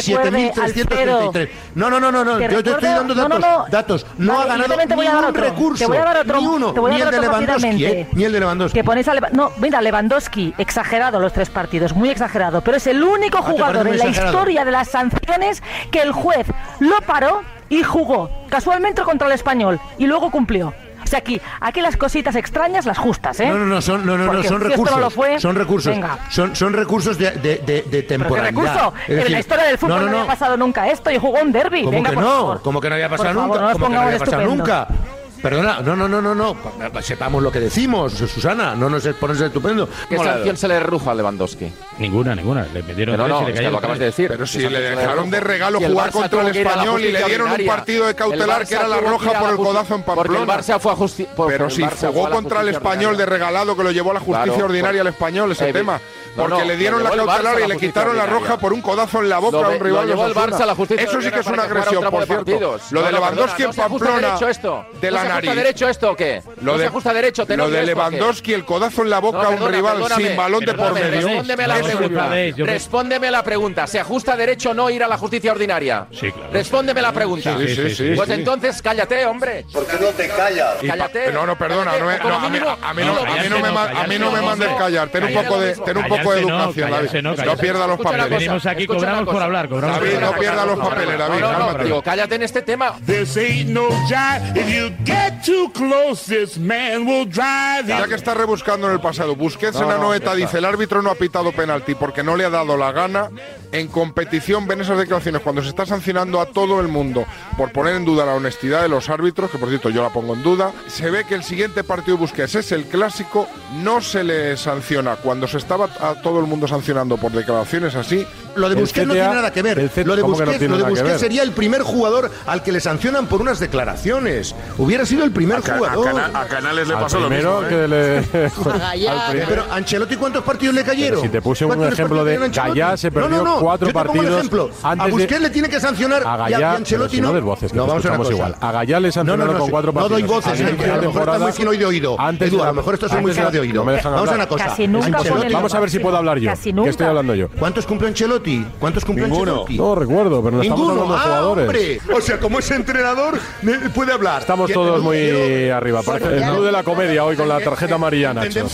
S10: 257.333.
S3: Alfredo?
S10: No, no, no, no, no.
S3: Te
S10: Yo te estoy dando
S3: recuerdo- no,
S10: datos.
S3: no, no.
S10: Datos. No
S3: Vale,
S10: ha
S3: yo
S10: ganado
S3: también te voy a
S10: ningún
S3: dar otro.
S10: recurso.
S3: Te voy a dar otro.
S10: Ni uno.
S3: Te voy a
S10: ni
S3: dar
S10: el de
S3: otro
S10: Lewandowski,
S3: rápidamente.
S10: ¿eh? Ni el de Lewandowski.
S3: Que pones a Leva- No, mira, Lewandowski, exagerado los tres partidos, muy exagerado, pero es el único
S10: Ah, ¿te
S3: jugador
S10: parece muy
S3: en la
S10: exagerado?
S3: historia de las sanciones que el juez lo paró y jugó casualmente contra el español y luego cumplió. O sea, aquí, aquí las cositas extrañas, las justas, ¿eh?
S10: No, no, no, son, no, no, no,
S3: Porque
S10: son
S3: si esto no
S10: recursos.
S3: lo fue,
S10: son recursos.
S3: venga.
S10: Son, son recursos de, de, de, de
S3: ¿Pero qué
S10: temporalidad.
S3: recurso?
S10: Es
S3: en
S10: decir,
S3: la historia del fútbol no,
S10: no, no,
S3: había pasado nunca esto y jugó un derby.
S10: ¿Cómo
S3: Venga,
S10: que
S3: por
S10: no?
S3: favor.
S10: ¿Cómo que no había
S3: Por
S10: pasado
S3: favado,
S10: nunca?
S3: no nos
S10: ¿Cómo que no había
S3: pongamos
S10: pasado
S3: estupendos.
S10: nunca? Perdona, no, no, no, no, no, no. Sepamos lo que decimos, Susana. No nos pones estupendo.
S6: ¿Qué sanción se le ruja a Lewandowski?
S1: Ninguna, ninguna. Le metieron
S6: Pero
S1: tres
S6: no,
S1: y le
S6: es que
S1: cayeron
S6: lo acabas
S1: tres.
S6: de decir.
S1: Pero si
S6: Esa
S1: le
S6: sanción
S1: dejaron
S6: ruja.
S1: de regalo
S6: Y el
S1: jugar
S6: Barça
S1: contra el
S6: tuvo que ir a la
S1: español y le
S6: justicia
S1: dieron un
S6: ordinaria.
S1: partido de cautelar
S6: Barça
S1: que era la
S6: tuvo
S1: roja
S6: que ir a
S1: por el
S6: justi-
S1: codazo en
S6: Porque el
S1: Pamplona.
S6: Barça fue a justi- por-
S1: Pero
S6: Pues el
S1: si
S6: Barça
S1: jugó
S6: fue a la
S1: contra el
S6: justicia
S1: español
S6: ordinaria. pues, eh,
S1: de regalado que lo llevó a la
S6: justicia ordinaria al español, ese tema. Porque le dieron la cautelar y le quitaron la roja por
S1: un codazo en la
S6: boca a un rival de Osasuna.
S1: Eso sí que es una agresión, por cierto.
S6: Lo de Lewandowski en Pamplona de
S1: de
S6: la
S1: la
S6: nariz.
S1: nariz.
S6: derecho esto o qué?
S1: Lo
S6: ¿No se
S1: de-
S6: ajusta derecho,
S1: lo de
S6: Lewandowski, el codazo en la boca
S1: a un rival sin balón de por medio.
S6: Respóndeme a la
S1: Eso es
S6: pregunta.
S1: verdad. Yo me-
S6: Respóndeme a la pregunta. ¿Se ajusta derecho o no ir a la justicia ordinaria?
S1: Sí, claro.
S6: Respóndeme la pregunta.
S1: Sí, sí, sí, sí,
S6: Pues
S1: sí.
S6: entonces cállate, hombre. ¿Por qué no te callas?
S1: Y pa-
S6: Cállate.
S1: no, no, perdona,
S6: Cállate,
S1: no me-
S6: o como
S1: no, a mí-
S6: mínimo,
S1: a mí no-
S6: dilo.
S1: a mí no me ma- a mí no me mandes callar, ten un
S6: Cállate
S1: poco
S6: lo
S1: de-
S6: mismo.
S1: ten un poco de
S6: Callarse no,
S1: educación, David.
S6: callarse
S1: No
S6: callarse.
S1: pierda los
S6: Escucha una
S1: papeles.
S6: cosa,
S1: Venimos aquí,
S6: escucha una
S1: cobramos por
S6: cosa.
S1: hablar, cobramos David, por no hablar. pierda los papeles, David,
S6: No, no, no,
S1: cálmate.
S6: tío, cállate en este tema.
S9: This ain't no jive. If you get too close, this man will drive you.
S22: Ya que está rebuscando en el pasado, Busquets
S1: No,
S22: en la
S1: no,
S22: noeta
S1: ya está.
S22: dice, el árbitro no ha pitado penalti porque no le ha dado la gana. En competición ven esas declaraciones cuando se está sancionando a todo el mundo por poner en duda la honestidad de los árbitros, que por cierto yo la pongo en duda. Se ve que el siguiente partido de Busquets es el clásico, no se le sanciona. Cuando se estaba a todo el mundo sancionando por declaraciones así...
S10: Lo de Busquets no tiene nada que ver. Lo de Busquets, lo de Busquets sería el primer jugador al que le sancionan por unas declaraciones. Hubiera sido el primer
S9: Ca-
S10: jugador.
S9: Cana- a Canales le
S10: Al
S9: pasó lo
S10: primero
S9: mismo.
S10: que
S9: ¿eh?
S10: Al primer- Pero Ancelotti, ¿cuántos partidos le cayeron?
S9: Pero si te puse un
S10: ¿Cuántos
S9: ejemplo
S10: partidos
S9: de
S10: le cayeron a
S9: Gallá,
S10: Ancelotti?
S9: se perdió
S10: No, no, no,
S9: cuatro
S10: yo te pongo el
S9: partidos
S10: ejemplo.
S9: antes
S10: a
S9: de-
S10: Busquets le tiene que sancionar
S9: A
S10: y a- y a
S9: Gallá, pero
S10: Ancelotti
S9: si no des voces, que
S10: no
S9: te
S10: vamos a una
S9: escuchamos
S10: cosa.
S9: igual. A Gallá le sancionaron con
S10: sí.
S9: cuatro
S10: No doy
S9: partidos.
S10: voces,
S9: Antes
S10: eh,
S9: de la
S10: a lo mejor estás
S9: temporada-
S10: muy fino de oído.
S9: antes
S10: Edu,
S9: de
S10: a
S9: la-
S10: lo mejor estás muy
S9: antes de
S10: fino
S9: la-
S10: de oído.
S9: no me dejan
S10: Vamos a
S9: hablar.
S10: una cosa.
S9: Casi nunca
S10: Ancelotti-
S9: ponen el Vamos a ver si puedo hablar yo, Casi que nunca. estoy hablando yo.
S10: ¿Cuántos cumplió Ancelotti? ¿Cuántos cumplió
S9: Ninguno.
S10: Ancelotti?
S9: No recuerdo, pero no estamos
S10: Ninguno.
S9: hablando de
S10: Ah,
S9: jugadores.
S10: hombre. O sea, como es entrenador, me- puede hablar.
S9: Estamos
S10: Que-
S9: todos muy arriba. Parece el club de la comedia hoy con la tarjeta amarilla, Nacho.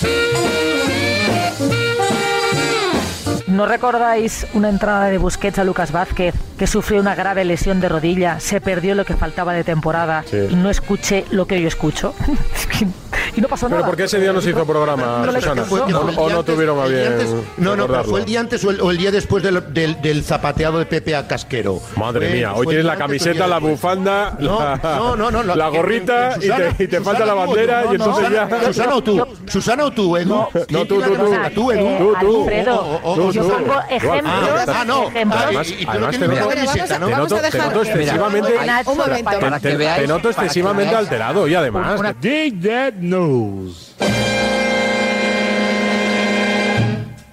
S3: ¿No recordáis una entrada de Busquets a Lucas Vázquez que sufrió una grave lesión de rodilla, se perdió lo que faltaba de temporada
S9: Sí.
S3: y no escuché lo que hoy escucho? Es que- y no pasó
S9: Pero
S3: nada.
S9: ¿por qué ese día no se hizo programa,
S10: Pero- pero-
S9: Susana?
S10: fue-
S9: ¿O,
S10: fue el
S9: o
S10: día
S9: no
S10: antes-
S9: tuvieron a
S10: el día
S9: bien
S10: antes- No, no, pero
S9: recordarlo?
S10: fue el día antes o el, o el día después del, del- del zapateado de Pepe a Casquero.
S9: Madre
S10: Fue-
S9: mía,
S10: fue
S9: hoy
S10: el
S9: tienes
S10: día
S9: la
S10: antes o el
S9: camiseta,
S10: día
S9: la
S10: después.
S9: bufanda,
S10: No,
S9: la,
S10: no, no, no,
S9: la
S10: en- en-
S9: gorrita
S10: en Susana-
S9: y te, y te
S10: Susana
S9: falta la
S10: hubo,
S9: bandera
S10: no,
S9: y
S10: no,
S9: entonces
S10: Susana-
S9: ya...
S10: Susana o tú, Susana o tú, Edu.
S9: No, tú,
S10: ¿Quién
S9: tú,
S10: tiene
S9: tú.
S10: la cabeza? Tú, Oh, Edu.
S9: Eh, Tú, tú. Alfredo, tú,
S10: yo
S9: tú.
S10: pongo
S9: Igual.
S10: ejemplos,
S9: Ah,
S10: ejemplos.
S9: Además,
S10: Y- y tú no
S9: además
S10: tienes
S9: te
S10: la
S9: noto-
S10: camiseta, ¿no?
S9: te noto-
S10: Vamos a
S9: te
S10: dejar-
S9: noto
S10: Mira,
S9: excesivamente-
S10: Nacho,
S9: Un momento.
S10: para que
S9: Te- Te
S10: veáis-
S9: noto
S10: para que
S9: excesivamente
S10: veáis.
S9: alterado y además...
S10: Una-
S9: Dig that nose.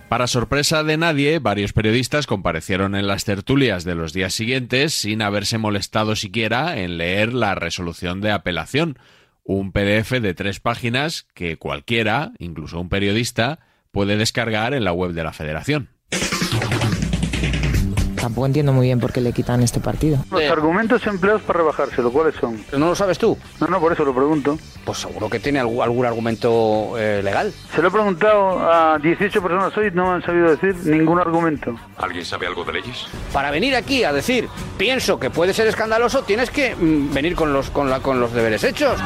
S5: Para sorpresa de nadie, varios periodistas comparecieron en las tertulias de los días siguientes sin haberse molestado siquiera en leer la resolución de apelación, un PDF de tres páginas que cualquiera, incluso un periodista, puede descargar en la web de la federación.
S4: Tampoco entiendo muy bien por qué le quitan este partido.
S14: Los argumentos empleados para rebajárselo, ¿cuáles son?
S17: ¿No lo sabes tú?
S14: No, no, por eso lo pregunto.
S17: Pues seguro que tiene algún, algún argumento eh, legal.
S14: Se lo he preguntado a 18 personas hoy, no me han sabido decir ningún argumento.
S39: ¿Alguien sabe algo de leyes?
S17: Para venir aquí a decir, pienso que puede ser escandaloso, tienes que mm, venir con los, con, la, con los deberes hechos.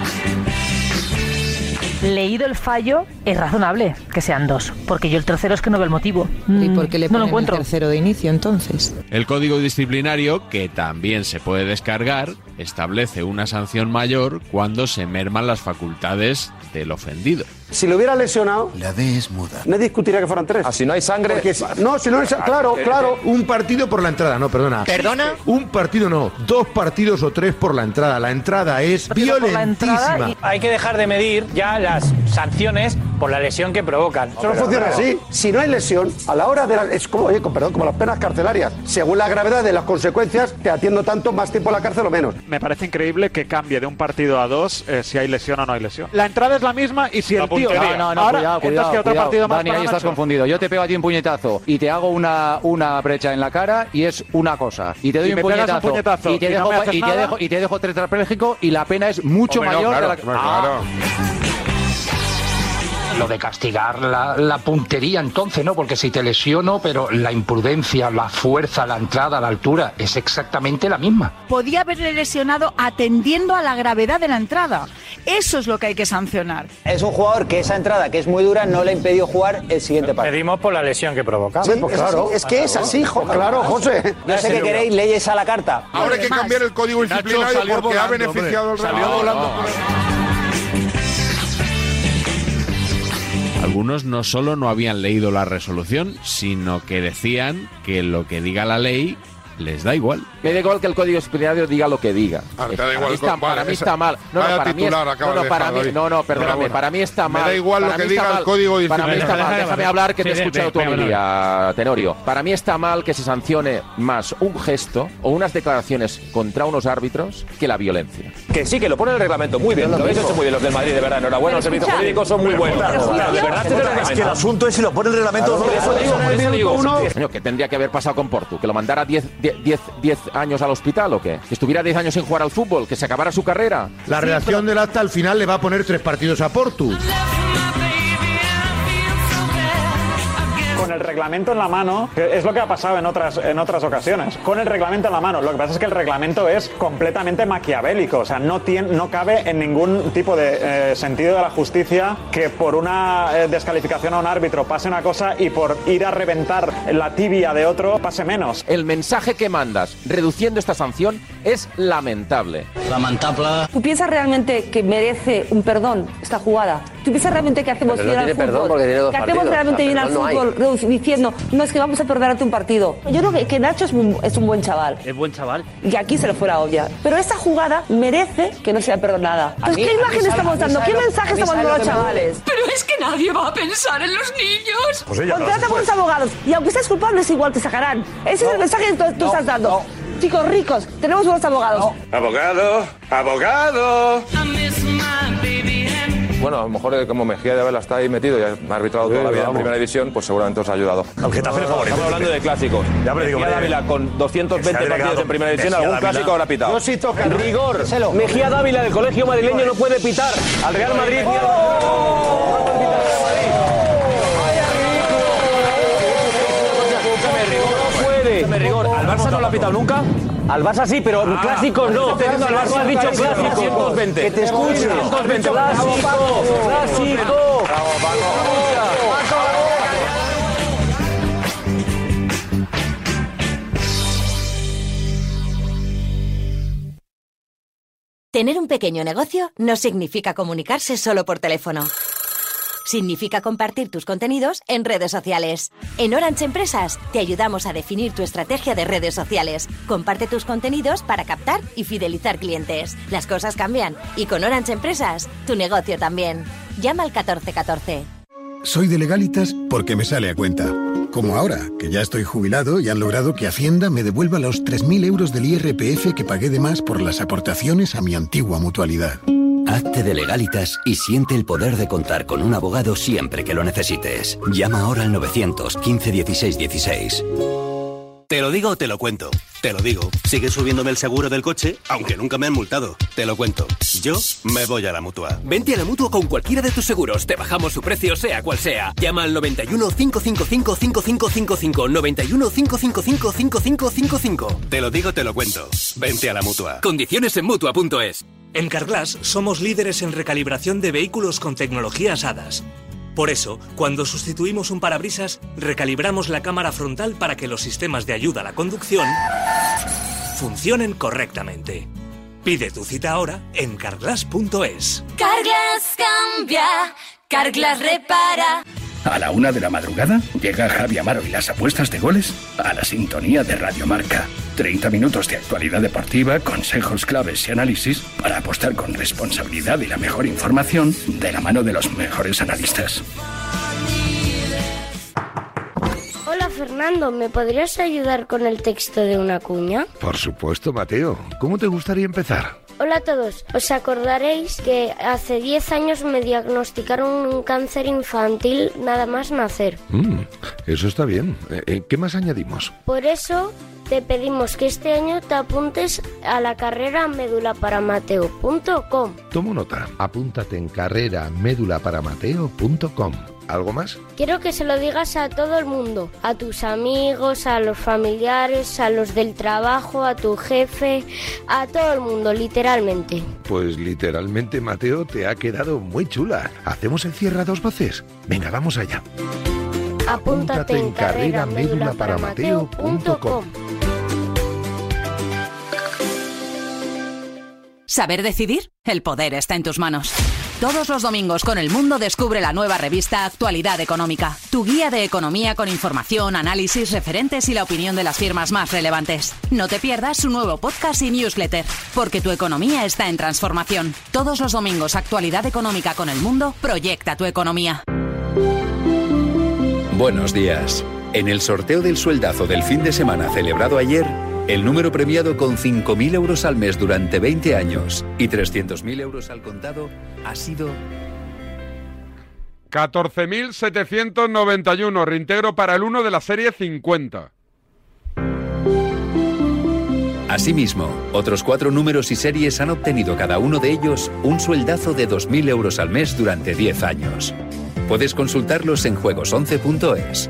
S3: Leído el fallo, Es razonable que sean dos, porque yo el tercero es que no veo el motivo. Mm,
S40: ¿Y por qué le
S3: no lo
S40: ponen
S3: encuentro.
S40: el tercero de inicio entonces?
S5: El código disciplinario, que también se puede descargar, establece una sanción mayor cuando se merman las facultades del ofendido.
S10: Si lo hubiera lesionado,
S5: La D es muda.
S10: nadie discutiría que fueran tres.
S5: Así Ah, no hay sangre.
S10: Porque si- no, si no hay sa- claro, claro.
S41: Un partido por la entrada, no, perdona.
S10: ¿Perdona?
S41: Un partido no, dos partidos o tres por la entrada. La entrada es violentísima.
S42: Hay que dejar de medir ya las sanciones por la lesión que provocan.
S10: Eso no funciona así. Si no hay lesión, a la hora de la, es como, oye, con- perdón, como las penas carcelarias. Según la gravedad de las consecuencias, te atiendo tanto, más tiempo en la cárcel o menos.
S43: Me parece increíble que cambie de un partido a dos eh, si hay lesión o no hay lesión.
S44: La entrada es la misma y si el tío.
S6: No, no, no,
S44: Ahora,
S6: cuidado,
S44: entonces
S6: cuidado.
S44: que otro
S6: cuidado.
S44: partido más
S6: Dani,
S44: para
S6: ahí estás
S44: Nacho.
S6: confundido. Yo te pego a ti un puñetazo y te hago una, una brecha en la cara y es una cosa. Y te doy
S44: Y
S6: un,
S44: me pegas
S6: puñetazo,
S44: un puñetazo
S6: y te
S44: y no
S6: dejo,
S44: me haces
S6: y te
S44: nada.
S6: dejo, y te dejo tetrapléjico y la pena es mucho
S44: Hombre, no,
S6: mayor
S44: claro,
S6: de la Ah.
S44: hombre, claro.
S45: Lo de castigar la, la puntería entonces, ¿no? Porque si te lesiono, pero la imprudencia, la fuerza, la entrada, la altura, es exactamente la misma.
S4: Podía haberle lesionado atendiendo a la gravedad de la entrada. Eso es lo que hay que sancionar.
S9: Es un jugador que esa entrada, que es muy dura, no le ha impedido jugar el siguiente partido.
S42: Pedimos por la lesión que provoca.
S9: Sí, pues claro. Yo sé que queréis leyes a la carta.
S22: Ahora hay que cambiar el código
S9: Nacho
S22: disciplinario
S9: salió
S22: porque ha
S9: volando,
S22: beneficiado al
S9: hombre.
S22: Real
S9: Salió
S22: Madrid.
S9: volando.
S5: Algunos no solo no habían leído la resolución, sino que decían que lo que diga la ley les da igual.
S6: Me da igual que el código disciplinario diga lo que diga.
S5: Ah, te da
S6: para
S5: igual,
S6: mí está,
S5: compadre,
S6: para mí
S5: esa-
S6: está mal. No,
S5: vaya
S6: no, para mí es-
S5: titular
S6: no,
S5: acabas
S6: no,
S5: de
S6: para
S5: dejar,
S6: mí,
S5: David.
S6: no, no, perdóname,
S5: Enhorabuena.
S6: para mí está
S5: Me
S6: mal.
S5: da igual lo
S6: para
S5: que
S6: mí está
S5: diga el
S6: mal.
S5: código
S6: Para mí está
S5: disciplinario.
S6: mal, déjame hablar que te he
S5: Sí, sí,
S6: escuchado tu
S5: venga, venga,
S6: homilía, Tenorio. Para mí está mal que se sancione más un gesto o unas declaraciones contra unos árbitros que la violencia.
S42: Que sí, que lo pone el reglamento muy bien.
S6: Yo lo
S42: Lo habéis
S6: mismo.
S42: hecho muy bien los del Madrid, de verdad. Enhorabuena, los servicios
S6: escucha,
S42: jurídicos son muy
S6: pero
S42: buenos.
S6: escucha,
S42: De verdad, este
S6: escucha,
S42: reglamento.
S6: es que el asunto
S42: es si lo pone el
S6: Claro,
S42: Por eso digo, por eso digo.
S6: Coño, ¿Qué tendría que haber pasado con Portu? ¿Que lo mandara 10 10 10 10 años al hospital o qué? ¿Que estuviera 10 años sin jugar al fútbol? ¿Que se acabara su carrera?
S41: La redacción del acta al final le va a poner tres partidos a Portu.
S42: Con el reglamento en la mano, que es lo que ha pasado en otras, en otras ocasiones. Con el reglamento en la mano. Lo que pasa es que el reglamento es completamente maquiavélico. O sea, no, tiene, no cabe en ningún tipo de eh, sentido de la justicia que por una eh, descalificación a un árbitro pase una cosa y por ir a reventar la tibia de otro pase menos.
S6: El mensaje que mandas reduciendo esta sanción es lamentable. Lamentable.
S29: ¿Tú piensas realmente que merece un perdón esta jugada? ¿Tú piensas realmente que hacemos
S6: Pero no
S29: bien
S6: tiene
S29: al fútbol?
S6: perdón porque tiene dos
S29: ¿Que hacemos
S6: partidos.
S29: realmente
S6: O sea,
S29: bien al
S6: perdón no hay.
S29: fútbol redu- diciendo, no es que vamos a perderte un partido? Yo creo que, que Nacho es un, es un buen chaval
S20: Es buen chaval.
S29: y aquí se le fue la obvia. Pero esta jugada merece que no sea perdonada. Entonces,
S20: mí-
S29: ¿qué
S20: a mí
S29: imagen
S20: sabe- a
S29: estamos
S20: mí
S29: dando?
S20: sabe
S29: ¿Qué
S20: lo-
S29: mensaje
S20: a mí
S29: estamos
S20: sabe
S29: dando a los
S20: lo que me duele.
S29: chavales?
S20: Pero es que nadie va a pensar en los niños.
S29: Pues Contrata buenos abogados y aunque seas culpable, igual te sacarán. Ese es el mensaje que tú, tú estás dando. Chicos ricos, tenemos buenos abogados.
S46: Abogado, abogado.
S9: Bueno, a lo mejor eh, como Mejía de Vela está ahí metido y ha arbitrado toda la vida en primera división, pues seguramente os ha ayudado.
S47: Getafe le favorece.
S9: Estamos hablando de clásicos.
S47: Ya, pero digo,
S9: Mejía
S47: madre,
S9: Dávila con 220
S47: que se ha
S9: partidos
S47: agregado
S9: en primera división,
S47: Mejía
S9: algún
S47: Dávila.
S9: clásico habrá pitado.
S47: No, si toca,
S9: rigor.
S47: díselo.
S9: Mejía Dávila del Colegio Madrileño no puede pitar al Real Madrid ni al
S42: ¡Oh!
S9: No puede. rigor. Al Barça no lo ha pitado nunca. Al Barça sí, pero clásicos no. Ah. Al Barça has dicho clásicos. 120. Que te escucho. 120. Clásico. Clásico.
S48: Tener un pequeño negocio no significa comunicarse solo por teléfono. Significa compartir tus contenidos en redes sociales. En Orange Empresas te ayudamos a definir tu estrategia de redes sociales. Comparte tus contenidos para captar y fidelizar clientes. Las cosas cambian y con Orange Empresas tu negocio también. Llama al 1414.
S49: Soy de legalitas porque me sale a cuenta. Como ahora, que ya estoy jubilado y han logrado que Hacienda me devuelva los 3.000 euros del IRPF que pagué de más por las aportaciones a mi antigua mutualidad. Hazte de legalitas y siente el poder de contar con un abogado siempre que lo necesites. Llama ahora al 915 16 16.
S50: Te lo digo o te lo cuento. Te lo digo. Sigue subiéndome el seguro del coche, aunque nunca me han multado. Te lo cuento. Yo me voy a la mutua.
S17: Vente a la mutua con cualquiera de tus seguros. Te bajamos su precio, sea cual sea. Llama al 91 555 5555. 91 555 5555.
S50: Te lo digo, te lo cuento. Vente a la mutua.
S17: Condiciones en mutua.es. En Carglass somos líderes en recalibración de vehículos con tecnologías HADAS. Por eso, cuando sustituimos un parabrisas, recalibramos la cámara frontal para que los sistemas de ayuda a la conducción funcionen correctamente. Pide tu cita ahora en carglass.es.
S51: Carglass cambia, Carglass repara.
S52: A la una de la madrugada llega Javi Amaro y las apuestas de goles a la sintonía de Radio Marca. 30 minutos de actualidad deportiva, consejos claves y análisis para apostar con responsabilidad y la mejor información de la mano de los mejores analistas.
S27: Hola Fernando, ¿me podrías ayudar con el texto de una cuña?
S10: Por supuesto, Mateo. ¿Cómo te gustaría empezar?
S27: Hola a todos, os acordaréis que hace 10 años me diagnosticaron un cáncer infantil nada más nacer.
S10: Mm, eso está bien. Eh, eh, ¿Qué más añadimos?
S27: Por eso te pedimos que este año te apuntes a la carrera medulaparamateo.com.
S10: Tomo nota. Apúntate en carreramedulaparamateo.com. ¿Algo más?
S27: Quiero que se lo digas a todo el mundo, a tus amigos, a los familiares, a los del trabajo, a tu jefe, a todo el mundo, literalmente.
S10: Pues literalmente, Mateo, te ha quedado muy chula. ¿Hacemos el cierre a dos voces? Venga, vamos allá.
S27: Apúntate en carreramedulaparamateo.com.
S26: ¿Saber decidir? El poder está en tus manos. Todos los domingos con El Mundo descubre la nueva revista Actualidad Económica, tu guía de economía con información, análisis, referentes y la opinión de las firmas más relevantes. No te pierdas su nuevo podcast y newsletter, porque tu economía está en transformación. Todos los domingos Actualidad Económica con El Mundo proyecta tu economía.
S9: Buenos días. En el sorteo del sueldazo del fin de semana celebrado ayer, el número premiado con 5.000 euros al mes durante 20 años y 300.000 euros al contado ha sido
S1: 14.791, reintegro para el 1 de la serie 50.
S9: Asimismo, otros cuatro números y series han obtenido cada uno de ellos un sueldazo de 2.000 euros al mes durante 10 años. Puedes consultarlos en juegos11.es.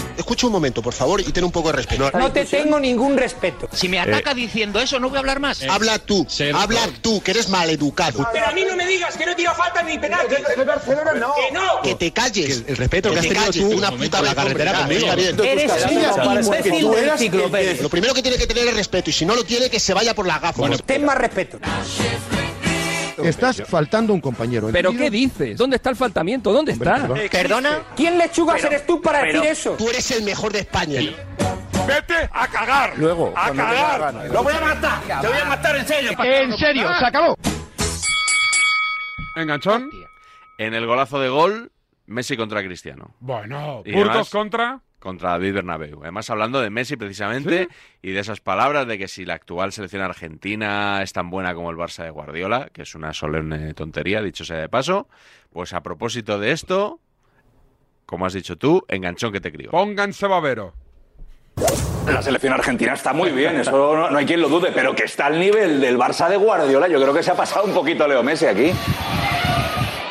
S2: Escucha un momento, por favor, y ten un poco de respeto.
S53: No te tengo ningún respeto.
S2: Si me
S53: ataca
S2: diciendo eso, no voy a hablar más. habla tú, habla tú, que eres maleducado.
S6: Pero a mí no me digas que no tira falta ni penal. Que, no. Que no.
S2: Que te calles. el respeto
S6: que has tenido tú,
S2: una puta ¿eh? en la carretera conmigo.
S6: Eres un imbécil de enciclopedia.
S2: Lo primero que tiene que tener es respeto, y si no lo tiene, que se vaya por las gafas.
S6: Ten más respeto.
S54: Estás faltando a un compañero.
S55: ¿Pero qué dices? ¿Dónde está el faltamiento? ¿Dónde está?
S2: Eh, ¿Perdona?
S6: ¿Quién lechugas eres tú para
S2: pero
S6: decir eso?
S2: Tú eres el mejor de España.
S1: Vete a cagar.
S54: Luego,
S1: A
S54: cuando te dé la gana.
S1: cagar. Lo voy a matar. Te voy a matar en serio.
S2: En serio, se acabó.
S1: Enganchón.
S5: En el golazo de gol, Messi contra Cristiano.
S1: Bueno,
S5: Y
S1: Burgos
S5: además-
S1: contra.
S5: Contra David Bernabéu. Además, hablando de Messi precisamente y de esas palabras de que si la actual selección argentina es tan buena como el Barça de Guardiola, que es una solemne tontería, dicho sea de paso, pues a propósito de esto, como has dicho tú, enganchón que te crió.
S1: Pónganse babero.
S56: La selección argentina está muy bien, eso no, no hay quien lo dude, pero que está al nivel del Barça de Guardiola, yo creo que se ha pasado un poquito Leo Messi aquí.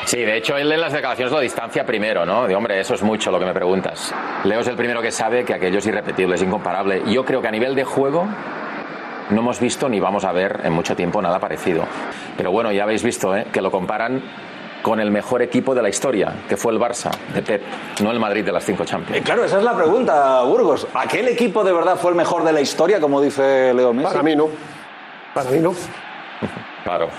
S6: Sí, de hecho él en las declaraciones lo distancia primero, ¿no? De hombre, eso es mucho lo que me preguntas. Leo es el primero que sabe que aquello es irrepetible, es incomparable. Yo creo que a nivel de juego no hemos visto ni vamos a ver en mucho tiempo nada parecido. Pero bueno, ya habéis visto ¿eh? que lo comparan con el mejor equipo de la historia, que fue el Barça de Pep, no el Madrid de las cinco Champions.
S56: Eh, claro, esa es la pregunta, Burgos. ¿Aquel equipo de verdad fue el mejor de la historia, como dice Leo Messi?
S57: Para mí no. Para mí no.
S6: Claro.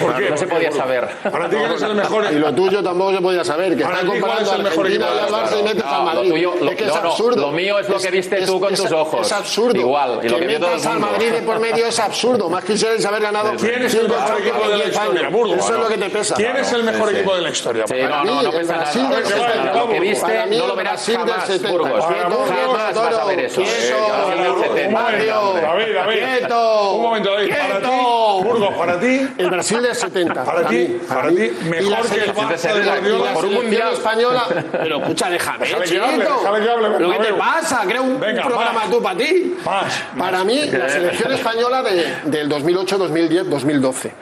S57: ¿Por qué?
S6: No se
S57: ¿Por qué,
S6: podía
S57: Bruno?
S6: saber.
S57: Para ti, ¿quién es el mejor?
S31: Y lo tuyo tampoco se podía saber, que
S6: Ahora
S31: están
S6: digo,
S31: comparando
S6: es
S31: a
S6: el mejor
S31: Argentina y
S6: equipo
S31: al
S6: de la
S31: Barça y metes
S6: historia.
S31: al
S6: No, lo
S31: Madrid.
S6: tuyo- lo-
S31: es que es
S6: no, no,
S31: absurdo.
S6: lo mío es lo que viste tú con tus ojos.
S31: Es absurdo.
S6: Igual, y lo que vio todo el
S31: metas al
S6: mundo.
S31: Madrid de por medio es absurdo. Más quisierais haber ganado.
S58: ¿Quién es el
S31: cinco
S58: mejor
S31: Champions
S58: equipo de la
S31: en diez
S58: historia,
S31: años.
S58: Burgos?
S31: Eso es lo que te pesa.
S58: ¿Quién es el mejor
S6: Sí, sí.
S58: equipo de la historia?
S6: Sí,
S31: Para
S6: no, no,
S31: mí,
S6: no
S31: el
S6: pesa
S31: Brasil
S6: nada.
S31: del
S6: No pesa nada.
S31: 70.
S6: Lo que
S31: Para
S6: viste
S31: mí,
S6: no lo
S31: el
S6: verás
S31: Brasil del
S6: jamás,
S31: 70.
S6: Burgos.
S31: Para mí,
S6: Jamás vas a ver eso.
S31: Toro,
S6: Eh, Brasil del
S31: Quieto,
S6: 70.
S31: Mario,
S58: David, David.
S31: Quieto,
S58: Un momento, David. Para ti,
S31: Quieto.
S58: Burgos, para ti.
S31: El Brasil del 70.
S58: Para ti,
S31: mí,
S58: para
S31: mí.
S58: ti,
S31: Y
S58: mejor
S31: la
S58: que el
S31: selección-
S58: Barça de Guardiola
S31: la
S58: por un
S31: selección
S58: mundial.
S31: española. Pero escucha, déjame,
S58: Déjale que
S31: chiquito.
S58: hable, déjale que hable,
S31: ¿Pero qué te
S58: Bernabéu.
S31: pasa? Creo un
S58: Venga,
S31: programa
S58: más.
S31: tú para ti.
S58: Más.
S31: Para mí, la selección española de- del 2008, 2010, 2012.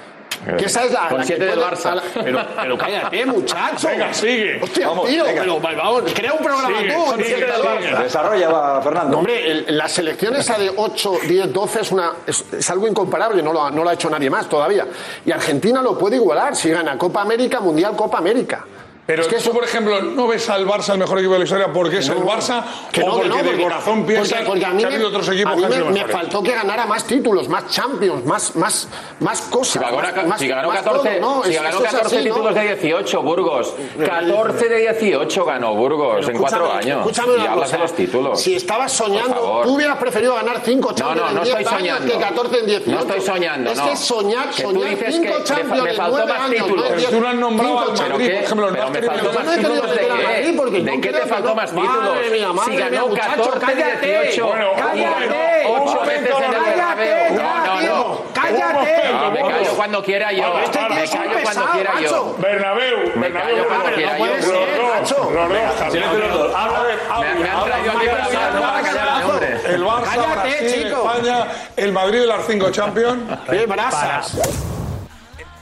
S31: Que esa es la.
S6: Con
S31: la
S6: siete
S31: que
S6: del
S31: puede-
S6: Barça.
S31: a la- Pero, pero cállate, muchacho.
S9: Venga, sigue.
S31: Hostia,
S9: Vamos,
S31: tío.
S9: venga.
S31: Pero va- vamos, crea un programa
S9: Sigue,
S31: tú.
S9: sigue,
S31: tío,
S9: sigue,
S31: que tal
S9: sigue.
S31: Barça.
S9: Desarrolla, va, Fernando.
S31: No, hombre, el- la selección esa de 8, 10, 12 es, una, es, es algo incomparable. No lo, ha, no lo ha hecho nadie más todavía. Y Argentina lo puede igualar si gana Copa América, Mundial, Copa América.
S22: Pero tú, por ejemplo, ¿no ves al Barça el mejor equipo de la historia porque es el Barça
S31: Que
S22: o
S31: no, que
S22: porque,
S31: no,
S22: de corazón piensas
S31: porque- porque a mí
S22: que ha
S31: me-
S22: habido otros
S31: a
S22: equipos
S31: mí
S22: que han sido
S31: me, me
S22: mejores?
S31: faltó que ganara más títulos, más Champions, más, más, más cosas.
S6: Si ganó,
S31: más- más-
S6: si ganó
S31: más
S6: 14,
S31: todo, ¿no?
S6: si
S31: Es-
S6: ganó
S31: esto es
S6: 14
S31: así, ¿no?
S6: títulos de 18, Burgos. 14 de 18 ganó Burgos en
S31: Escúchame,
S6: cuatro años.
S31: Escúchame
S6: y
S31: una
S6: hablas
S31: cosa.
S6: de los títulos.
S31: Si estabas
S6: Por
S31: soñando,
S6: favor.
S31: tú hubieras preferido ganar 5
S6: No,
S31: Champions
S6: no, no
S31: en 10
S6: estoy
S31: años
S6: soñando.
S31: que 14 en 18.
S6: No estoy soñando,
S31: Es
S6: no.
S31: que soñar,
S6: Que tú
S31: soñar
S6: dices
S31: 5
S6: que me fa-
S31: Champions
S6: me
S31: en
S6: faltó
S31: 9
S6: más
S31: años.
S6: títulos.
S31: no en
S6: Pero
S31: 10.
S6: tú no has nombrado
S31: Cinco
S6: al
S31: Champions.
S6: Madrid, por ejemplo,
S31: Pero
S6: no has
S31: me
S6: tenido más
S31: faltó más títulos
S6: títulos de
S31: de la
S6: qué?
S31: Madrid, porque
S6: ¿De
S31: no
S6: qué te
S31: creo que
S6: faltó
S31: no.
S6: más títulos?
S31: Madre mía,
S6: Si
S31: madre
S6: ganó
S31: mía, muchacho,
S6: 14,
S31: cállate.
S6: 18.
S31: Bueno,
S6: Cállate.
S31: un
S6: Ocho
S31: momento,
S6: veces en el
S31: cállate,
S6: Bernabéu.
S31: ya,
S6: No, no,
S31: tío,
S6: no.
S31: cállate.
S6: No, Ah, me callo cuando quiera yo.
S31: Este tío
S6: Me
S31: es un
S6: callo cuando
S31: pesado,
S6: quiera yo.
S31: macho.
S22: Bernabéu,
S6: Me callo cuando
S22: Bernabéu,
S6: quiera
S22: no puede
S6: yo.
S22: ser, Nacho.
S9: Silencio los dos. Habla de-
S6: Me- me han
S9: habla
S6: traído aquí
S9: España,
S6: para hablar, no para callarme, hombre.
S22: El Barça,
S31: Cállate,
S22: Brasil,
S31: chico.
S22: España, el Madrid de las cinco Champions.
S31: ¡Qué brasas!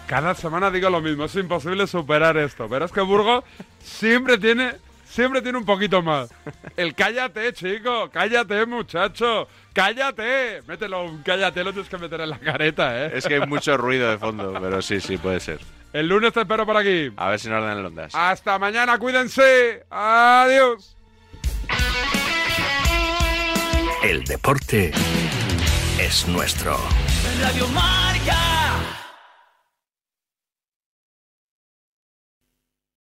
S1: Cada semana digo lo mismo, es imposible superar esto. Pero es que Burgos siempre tiene, siempre tiene un poquito más. El cállate, chico, cállate, muchacho, cállate. Mételo, un cállate, lo tienes que meter en la careta, ¿eh?
S5: Es que hay mucho ruido de fondo, pero sí, sí, puede ser.
S1: El lunes te espero por aquí.
S5: A ver si nos dan el ondas.
S1: Hasta mañana, cuídense. Adiós.
S59: El deporte es nuestro.
S2: Radio Marca.